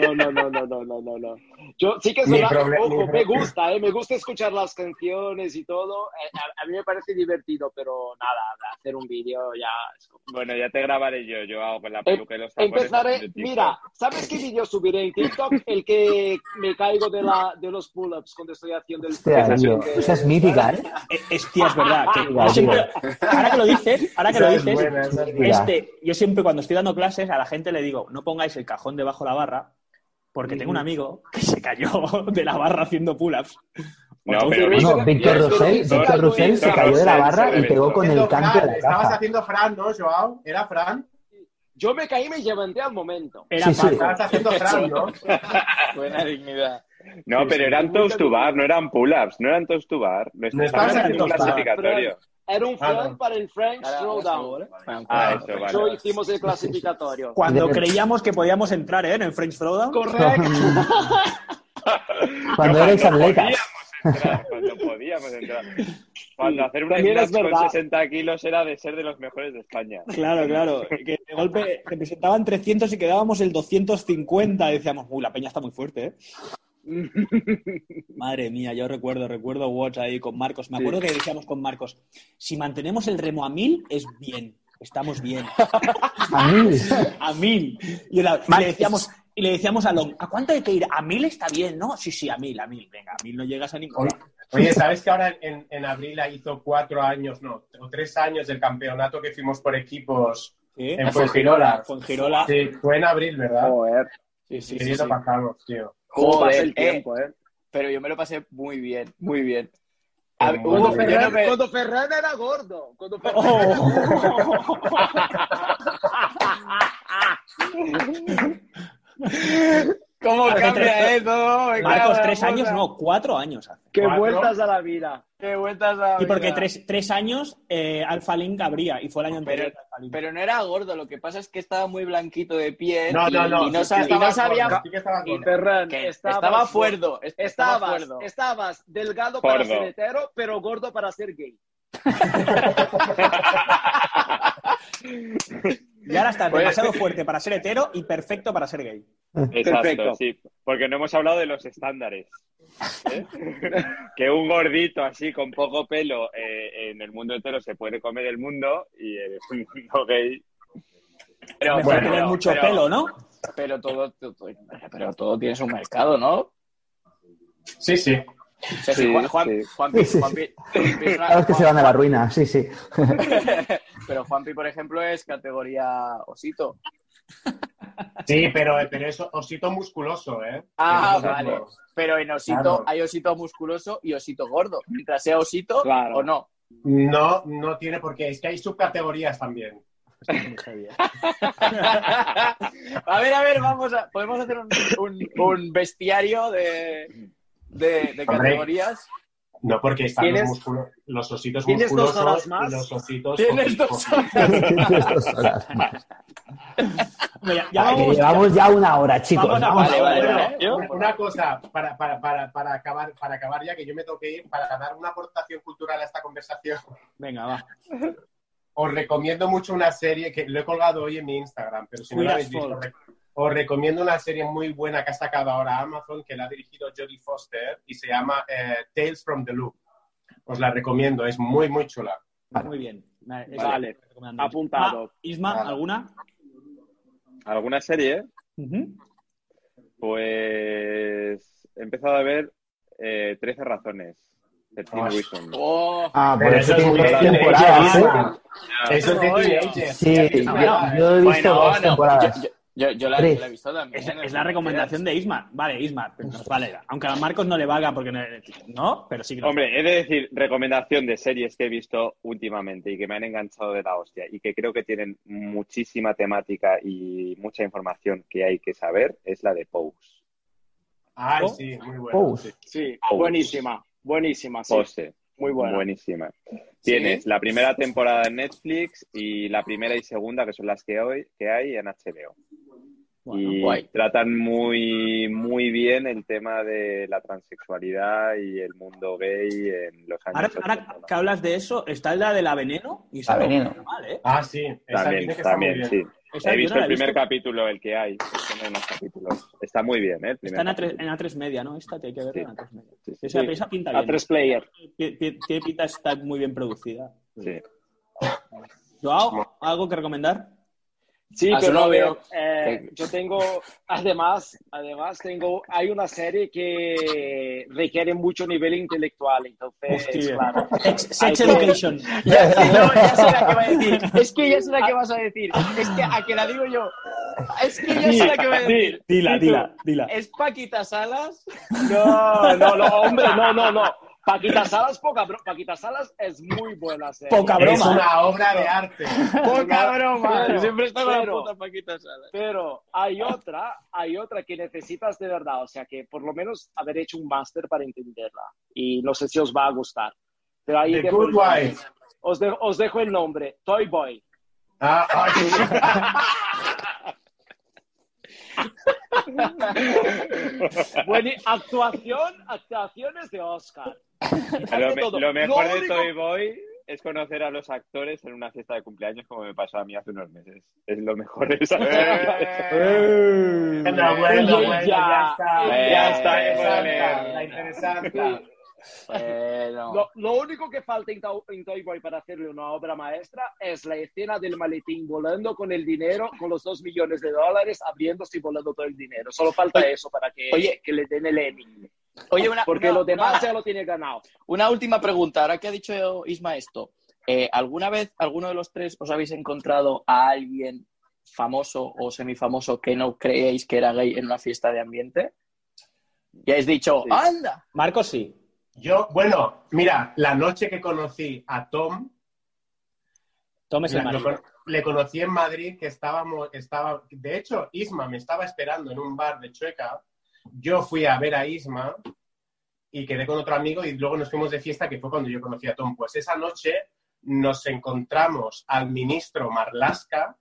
S8: No, no, no, no, no, no, no, no. Yo sí que
S7: Ni
S8: sonaba
S7: problema,
S8: poco,
S7: ni
S8: me
S7: problema.
S8: gusta, ¿eh? me gusta escuchar las canciones y todo. Eh, A, a mí me parece divertido, pero nada, hacer un vídeo ya. es como-
S5: Bueno, ya te grabaré yo, yo hago con la peluca y los tambores.
S8: Empezaré,
S5: haciendo TikTok.
S8: mira, ¿sabes qué vídeo subiré en TikTok? El que me caigo de, la, de los pull-ups cuando estoy haciendo el
S6: Hostia, eh.
S5: es
S6: tío.
S5: un-
S6: Esa es mítica, ¿eh?
S2: Eh, Es, tía, es verdad. que
S6: Diga,
S2: yo siempre- ahora que lo dices, ahora que lo
S7: Esa es
S2: dices,
S7: buena, esa es
S6: buena.
S2: este, yo siempre cuando estoy dando clases a la gente le digo, no pongáis el cajón debajo de la barra, porque tengo un
S6: Mm.
S2: amigo que se cayó de la barra haciendo pull-ups.
S5: No,
S2: Entonces,
S5: pero
S8: Luis,
S5: mira,
S6: Bueno, Víctor
S8: Víctor
S6: Rosell,
S8: Víctor
S6: Víctor Rosell se
S5: Víctor
S6: cayó de la
S5: Rosell
S6: barra
S5: se
S6: y pegó con
S7: Haciendo
S6: el canto de
S7: Fran,
S6: la
S7: Estabas
S6: caja.
S7: haciendo Fran, ¿no, Joao? ¿Era Fran?
S8: Yo me caí y me levanté al momento.
S2: Era
S6: Sí, sí.
S2: Paco.
S7: Estabas haciendo Fran, ¿no?
S3: Buena dignidad.
S5: no, pero eran toes to bar, no eran pull-ups, no eran toes to bar. No
S7: No estabas
S5: haciendo un
S7: haciendo toes to bar.
S5: clasificatorio.
S8: Era un
S7: Ah,
S8: flank
S7: no.
S8: para el French
S3: Ahora,
S8: Throwdown.
S5: Ah, eso, vale.
S8: Yo
S5: vale.
S8: hicimos el clasificatorio.
S2: Cuando
S6: De-
S2: creíamos que podíamos entrar ¿eh? en el French Throwdown,
S8: Correcto.
S6: Cuando
S5: No,
S6: erais
S5: cuando
S6: atletas.
S5: podíamos entrar, Cuando podíamos entrar. Cuando hacer una
S8: También es
S5: snatch con
S8: verdad.
S5: 60 kilos era de ser de los mejores de España.
S2: claro, claro, que de golpe se presentaban 300 y quedábamos el 250 y decíamos, uy, la peña está muy fuerte, ¿eh? Madre mía, yo recuerdo, recuerdo Watch ahí con Marcos. Me acuerdo que decíamos con Marcos, si mantenemos el remo a mil, es bien, estamos bien.
S6: A mí.
S2: a mil. Y, la- y le decíamos, y le decíamos a Long, ¿a cuánto hay que ir? A mil está bien, ¿no? Sí, sí, a mil, a mil. Venga, a mil no llegas a ningún.
S7: Oye, Oye, ¿sabes que ahora en, en abril hizo cuatro años, no, o tres años del campeonato que fuimos por equipos
S2: ¿Eh?
S7: en Fuengirola?
S2: Fuengirola.
S7: Sí, fue en abril, ¿verdad?
S8: Joder.
S2: Sí,
S7: Sí,
S2: sí, sí,
S7: sí,
S2: sí.
S7: pasamos, tío.
S8: ¿Cómo pasa el
S3: Joder, eh,
S8: tiempo, eh?
S3: pero yo me lo pasé muy bien, muy bien.
S7: Qué
S3: A-
S7: bueno.
S3: hubo-
S7: Cuando
S3: yo no
S8: Ferran-
S3: me-
S8: Cuando Ferran era gordo. Cuando Ferran
S3: ¿Cómo
S2: Hace
S3: cambia
S2: tres-
S3: eso? Me cago en
S2: Marcos,
S3: la
S2: tres
S3: puta.
S2: años, no, cuatro años hace.
S8: Qué
S7: Cuatro.
S8: vueltas a la vida.
S3: Qué vueltas a
S2: Y porque
S3: vida.
S2: tres, tres años eh, Alpha Link abría y fue el año
S3: Pero-
S2: anterior. que Alpha Link.
S3: Pero no era gordo, lo que pasa es que estaba muy blanquito de piel
S7: No,
S3: y,
S7: no, no.
S3: y no,
S7: sí que
S3: sa- y no
S7: estabas
S3: sabía
S7: gordo, sí que estabas gordo.
S8: Ferran,
S3: que
S8: estabas-
S3: estaba fuerdo. Estaba
S8: Estabas,
S3: fuerdo.
S8: estabas delgado para
S5: Gordo.
S8: ser hetero, pero gordo para ser gay.
S2: Y ahora está
S5: Oye.
S2: demasiado fuerte para ser hetero y perfecto para ser gay.
S5: Exacto,
S8: Perfecto.
S5: sí. Porque no hemos hablado de los estándares. ¿eh? que un gordito así con poco pelo eh, en el mundo entero se puede comer el mundo y en el mundo gay.
S3: Pero,
S2: Mejor
S5: bueno,
S2: tener mucho
S3: pero-
S2: pelo, ¿no?
S3: Pero todo, todo- pero todo tiene su mercado, ¿no?
S7: Sí, sí.
S3: O sea,
S5: Sí,
S3: si Juan, Juan,
S5: sí.
S3: Juan Pi-
S6: Sí, sí.
S3: Juan Pi- Juan Pi es una-
S6: A los que se
S3: Juan-
S6: van a la ruina, sí, sí.
S3: Pero Juanpi, por ejemplo, es categoría osito.
S7: Sí, pero, pero eso, osito musculoso, ¿eh?
S3: Ah,
S7: Eso es
S3: vale.
S7: otro.
S3: Pero en osito
S7: Claro.
S3: hay osito musculoso y osito gordo. Mientras sea osito
S8: Claro.
S3: o no.
S7: No, no tiene por qué. Es que hay subcategorías también.
S3: a ver, a ver, vamos a. Podemos hacer un, un- un bestiario de, de, de categorías.
S7: No, porque están los,
S8: ¿Tienes-
S7: musculo- los ositos
S8: ¿Tienes dos
S7: musculosos
S8: horas más?
S7: y los ositos...
S3: Tienes
S7: poqui-
S6: Oh.
S3: dos
S7: poqui-
S6: Estos son las-
S2: Hombre, ya- ya
S6: Vale,
S2: vamos-
S6: Llevamos ya una hora, chicos.
S2: Vamos a-
S6: Vamos
S3: Vale, vale,
S7: Bueno,
S3: vale.
S5: ¿eh?
S7: una- una cosa, para, para, para, para, acabar, para acabar ya, que yo me tengo que ir, para dar una aportación cultural a esta conversación,
S2: Venga, va.
S7: os recomiendo mucho una serie que lo he colgado hoy en mi Instagram, pero si no la
S2: Miras
S7: habéis visto,
S2: Folk.
S7: re- os recomiendo una serie muy buena que ha sacado ahora Amazon, que la ha dirigido Jodie Foster y se llama eh, Tales from the Loop. Os la recomiendo, es muy, muy chula.
S2: Muy bien. Vale, eso
S8: Vale.
S2: lo estoy recomendando.
S8: Apuntado.
S2: Ah, Isma,
S7: Vale.
S2: ¿alguna?
S5: ¿Alguna serie?
S2: Ujú.
S5: Pues he empezado a ver eh, 13 razones. 13
S7: Ay.
S5: Reasons.
S3: Oh,
S6: Ah, por
S7: Pero
S6: eso
S7: eso es
S6: tiene
S7: muy
S6: dos
S7: teenager,
S6: temporadas, ¿eh?
S7: Isma. Eso es de teenager.
S6: Sí, yo,
S7: Ah,
S6: yo he visto
S3: bueno,
S6: dos
S3: bueno,
S6: temporadas.
S3: Yo, yo- yo la,
S6: Tres.
S3: yo la he visto también.
S2: Es, es la recomendación de Isma. Vale, Isma, pero nos vale. Aunque a Marcos no le valga porque no, no, pero sí que nos
S5: Hombre, he de decir, recomendación de series que he visto últimamente y que me han enganchado de la hostia y que creo que tienen muchísima temática y mucha información que hay que saber, es la de Pose.
S7: Ay, sí, muy buena.
S6: Oh,
S7: sí.
S8: Sí, buenísima, buenísima, sí,
S5: Pose,
S8: muy buena.
S5: buenísima. Tienes la primera temporada en Netflix y la primera y segunda, que son las que hoy que hay en HBO.
S3: Bueno,
S5: y
S3: guay.
S5: tratan muy, muy bien el tema de la transexualidad y el mundo gay en los años
S2: Ahora, ahora
S5: 80.
S2: que hablas de eso, está la de la veneno. Y
S6: La
S2: no
S6: Veneno.
S2: está mal, ¿eh?
S7: Ah, sí. esa dice
S5: También,
S7: que está muy
S5: también,
S7: bien.
S5: sí.
S2: Esa
S5: He
S2: yo
S5: visto
S2: no la
S5: el primer capítulo, el que hay. Es que no hay más capítulos. Está muy bien, ¿eh? El primer
S2: Está en A3,
S5: capítulo.
S2: en A3 media, ¿no? Esta te hay que verla
S5: Sí.
S2: en A3 media.
S5: Sí, sí,
S2: Esa,
S5: sí.
S2: esa pinta
S4: A
S2: bien.
S4: tres player.
S2: Pi- pi- Tiene pinta de estar muy bien producida.
S5: Sí.
S2: Joao, ¿algo que recomendar?
S4: Sí,
S3: A su
S4: pero a ver,
S3: novio.
S4: eh, yo tengo, además, además tengo, hay una serie que requiere mucho nivel intelectual, entonces,
S2: Hostia.
S4: claro.
S2: Sex,
S4: Hay
S2: Sex
S4: que-
S2: Education.
S4: Ya, sí, no, ya sé la que va a decir. Es que ya sé la que vas a decir. Es que a que la digo yo. Es que ya sé la que va a decir.
S2: Dila, dila, dila.
S4: ¿Es Paquita Salas? No, no, no, hombre, no, no, no. Paquita Salas, poca broma. Paquita Salas es muy buena serie.
S2: Poca
S7: Es
S2: broma.
S7: una obra de arte.
S4: Poca broma.
S3: Siempre está con la puta
S4: Paquita Salas. Pero hay otra, hay otra que necesitas de verdad. O sea, que por lo menos haber hecho un máster para entenderla. Y no sé si os va a gustar. Pero ahí
S7: The
S4: dejo
S7: Good
S4: el nombre.
S7: Wife.
S4: Os, de- os dejo el nombre. Toy Boy.
S7: Ah, ay,
S4: Buena actuación, actuaciones de Oscar.
S5: Lo, me-
S4: todo.
S5: lo mejor
S4: Lo
S5: de
S4: único-
S5: Toy Boy es conocer a los actores en una fiesta de cumpleaños como me pasó a mí hace unos meses. Es lo mejor de esa
S7: bueno, bueno, bueno, Eh. ya está.
S4: Ella-
S5: Ya está,
S7: la
S5: ya puedo
S7: interesante,
S5: leer.
S7: La interesante.
S6: Eh,
S3: Bueno.
S4: Lo, lo único que falta en, Tau- en Toy Boy para hacerle una obra maestra es la escena del maletín volando con el dinero, con los dos millones de dólares, abriéndose y volando todo el dinero. Solo falta eso para que,
S3: Oye.
S4: que le den el Emmy.
S3: Oye, una,
S4: Porque
S3: una-
S4: lo demás
S3: una-
S4: ya lo tiene ganado.
S3: Una última pregunta, ahora que ha dicho Isma esto, eh, ¿alguna vez alguno de los tres os habéis encontrado a alguien famoso o semifamoso que no creéis que era gay en una fiesta de ambiente? Y habéis dicho,
S5: Sí.
S3: anda,
S2: Marcos, sí.
S7: Yo, bueno, mira, la noche que conocí a Tom,
S3: Pues
S2: Tomes el
S7: la- lo
S2: marido.
S7: con- le conocí en Madrid, que estábamos, estaba, de hecho, Isma me estaba esperando en un bar de Chueca. Yo fui a ver a Isma y quedé con otro amigo y luego nos fuimos de fiesta, que fue cuando yo conocí a Tom. Pues esa noche nos encontramos al ministro Marlasca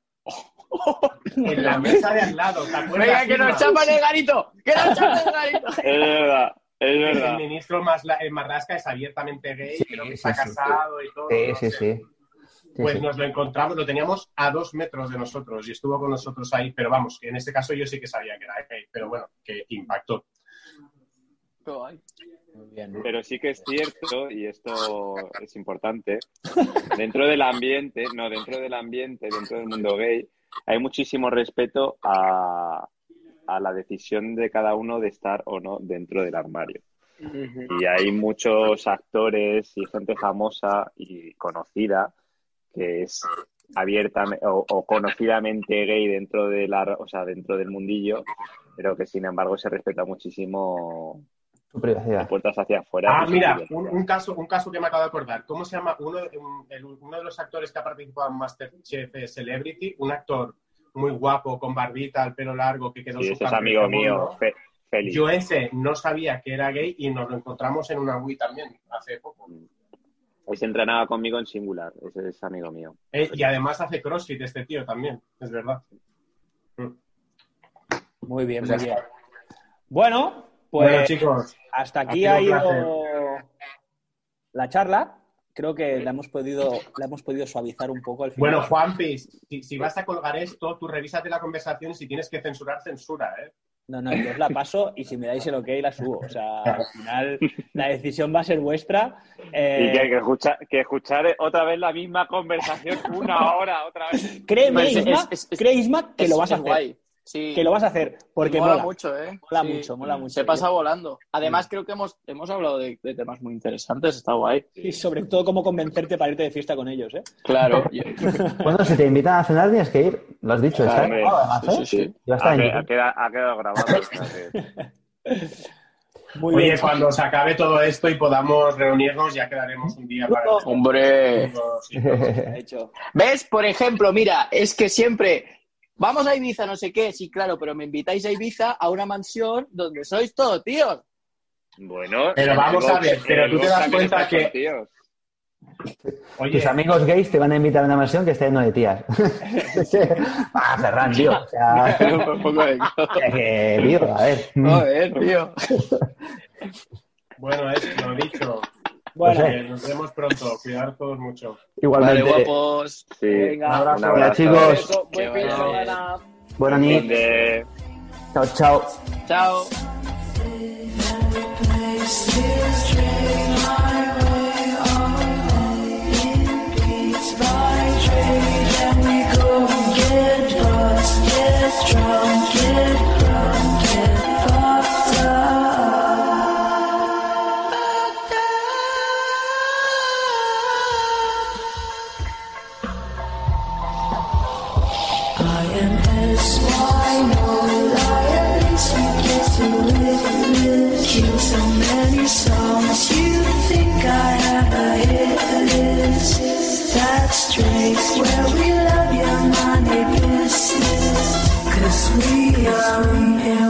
S7: en la mesa de al lado. ¿Te acuerdas,
S3: venga, que
S7: Isma?
S3: nos chapan el garito, que nos chapan el garito.
S5: Es verdad, es
S7: El
S5: verdad.
S7: ministro Masla- eh, Marlasca es abiertamente gay,
S6: Sí,
S7: creo que
S6: sí,
S7: está
S6: sí.
S7: casado y todo.
S6: Sí,
S7: no
S6: sí,
S7: sé.
S6: sí. Sí,
S7: Pues
S6: sí.
S7: nos lo encontramos, lo teníamos a dos metros de nosotros y estuvo con nosotros ahí, pero vamos, que en este caso yo sí que sabía que era gay, pero bueno, que impactó.
S2: Muy bien.
S5: Pero sí que es cierto, y esto es importante, dentro del ambiente, no, dentro del ambiente, dentro del mundo gay, hay muchísimo respeto a, a la decisión de cada uno de estar o no dentro del armario. Y hay muchos actores y gente famosa y conocida que es abiertamente o, o conocidamente gay dentro de la, o sea, dentro del mundillo, pero que sin embargo se respeta muchísimo
S6: Tu privacidad.
S5: de puertas hacia afuera.
S7: Ah,
S5: Pues,
S7: mira,
S5: sí,
S7: un, un caso, un caso que me acabo de acordar. ¿Cómo se llama? Uno, de- un- el- uno de los actores que ha participado en Masterchef eh, Celebrity, un actor muy guapo, con barbita, el pelo largo, que quedó
S5: Sí, ese es
S7: subcampeón
S5: amigo
S7: del
S5: mío,
S7: mundo.
S5: Fe- Félix.
S7: Yo ese no sabía que era gay y nos lo encontramos en una Wii también hace poco.
S5: Ese entrenaba conmigo en singular, ese es amigo mío.
S7: Eh, y además hace CrossFit este tío también, es verdad.
S2: Muy bien, muy
S7: Pues ya
S2: bien.
S7: está.
S2: Bueno, pues
S7: bueno, chicos,
S2: hasta aquí
S7: ha
S2: ha
S7: sido un
S2: ido la charla. Creo que la hemos podido, la hemos podido suavizar un poco al final.
S7: bueno, Juanpi, si, si vas a colgar esto, tú revísate la conversación y si tienes que censurar, censura, ¿eh?
S2: No, no, yo os la paso y si me dais el ok la subo. O sea, al final la decisión va a ser vuestra. Eh,
S5: Y que, que escucha- que escuchar otra vez la misma conversación una hora, otra vez.
S2: Créeme,
S3: Pues es-
S2: Isma,
S3: es- es-
S2: Eh, cree, Isma, que
S3: Es-
S2: lo vas a
S3: es
S2: hacer.
S3: guay. Sí.
S2: Que lo vas a hacer, porque
S3: mola,
S2: mola.
S3: mucho, ¿eh?
S2: Mola
S3: Sí.
S2: mucho, mola mucho. Mm.
S3: Se pasa volando. Además, creo que hemos, hemos hablado de, de temas muy interesantes, está guay.
S2: Y sobre todo cómo convencerte para irte de fiesta con ellos, ¿eh?
S3: Claro. yo-
S6: Bueno, si te invitan a cenar, tienes que ir. Lo has dicho, está
S5: Hombre,
S6: grabado, además,
S3: sí, sí,
S6: ¿eh?
S3: sí.
S6: Ya está
S5: Ha,
S6: en
S5: que- ha
S6: YouTube.
S5: queda- ha quedado grabado. o sea que-
S2: Muy
S7: Oye,
S2: bien.
S7: cuando se acabe todo esto y podamos reunirnos, ya quedaremos un día para...
S3: Hombre.
S7: Amigos y todo.
S2: de hecho.
S3: ¿Ves? Por ejemplo, mira, es que siempre vamos a Ibiza, no sé qué, sí, claro, pero me invitáis a Ibiza a una mansión donde sois todos tíos.
S5: Bueno,
S7: Pero
S5: en el
S7: vamos a
S5: box-
S7: ver,
S5: en
S7: pero
S5: el
S7: tú te
S5: box
S7: das
S5: también
S7: cuenta
S5: están
S7: que-
S5: contigo.
S7: Oye,
S6: Tus amigos gays te van a invitar a una mansión que está lleno de tías. ah, Ferran, tío. O sea,
S5: Un poco de
S6: o sea que, tío, a ver.
S5: Joder, tío.
S7: bueno, es lo dicho.
S6: Bueno.
S7: Eh, nos vemos pronto. Cuidar todos mucho.
S6: Igualmente.
S3: Vale, guapos.
S5: Sí.
S4: Venga,
S5: un
S6: abrazo.
S5: abrazo.
S6: Chicos.
S4: Beso, buen
S3: Que
S4: fin de
S3: vaya bien.
S5: Eh,
S4: semana.
S6: Bueno, Nick,
S5: De-
S6: chao, chao.
S3: Chao.
S10: Cause we are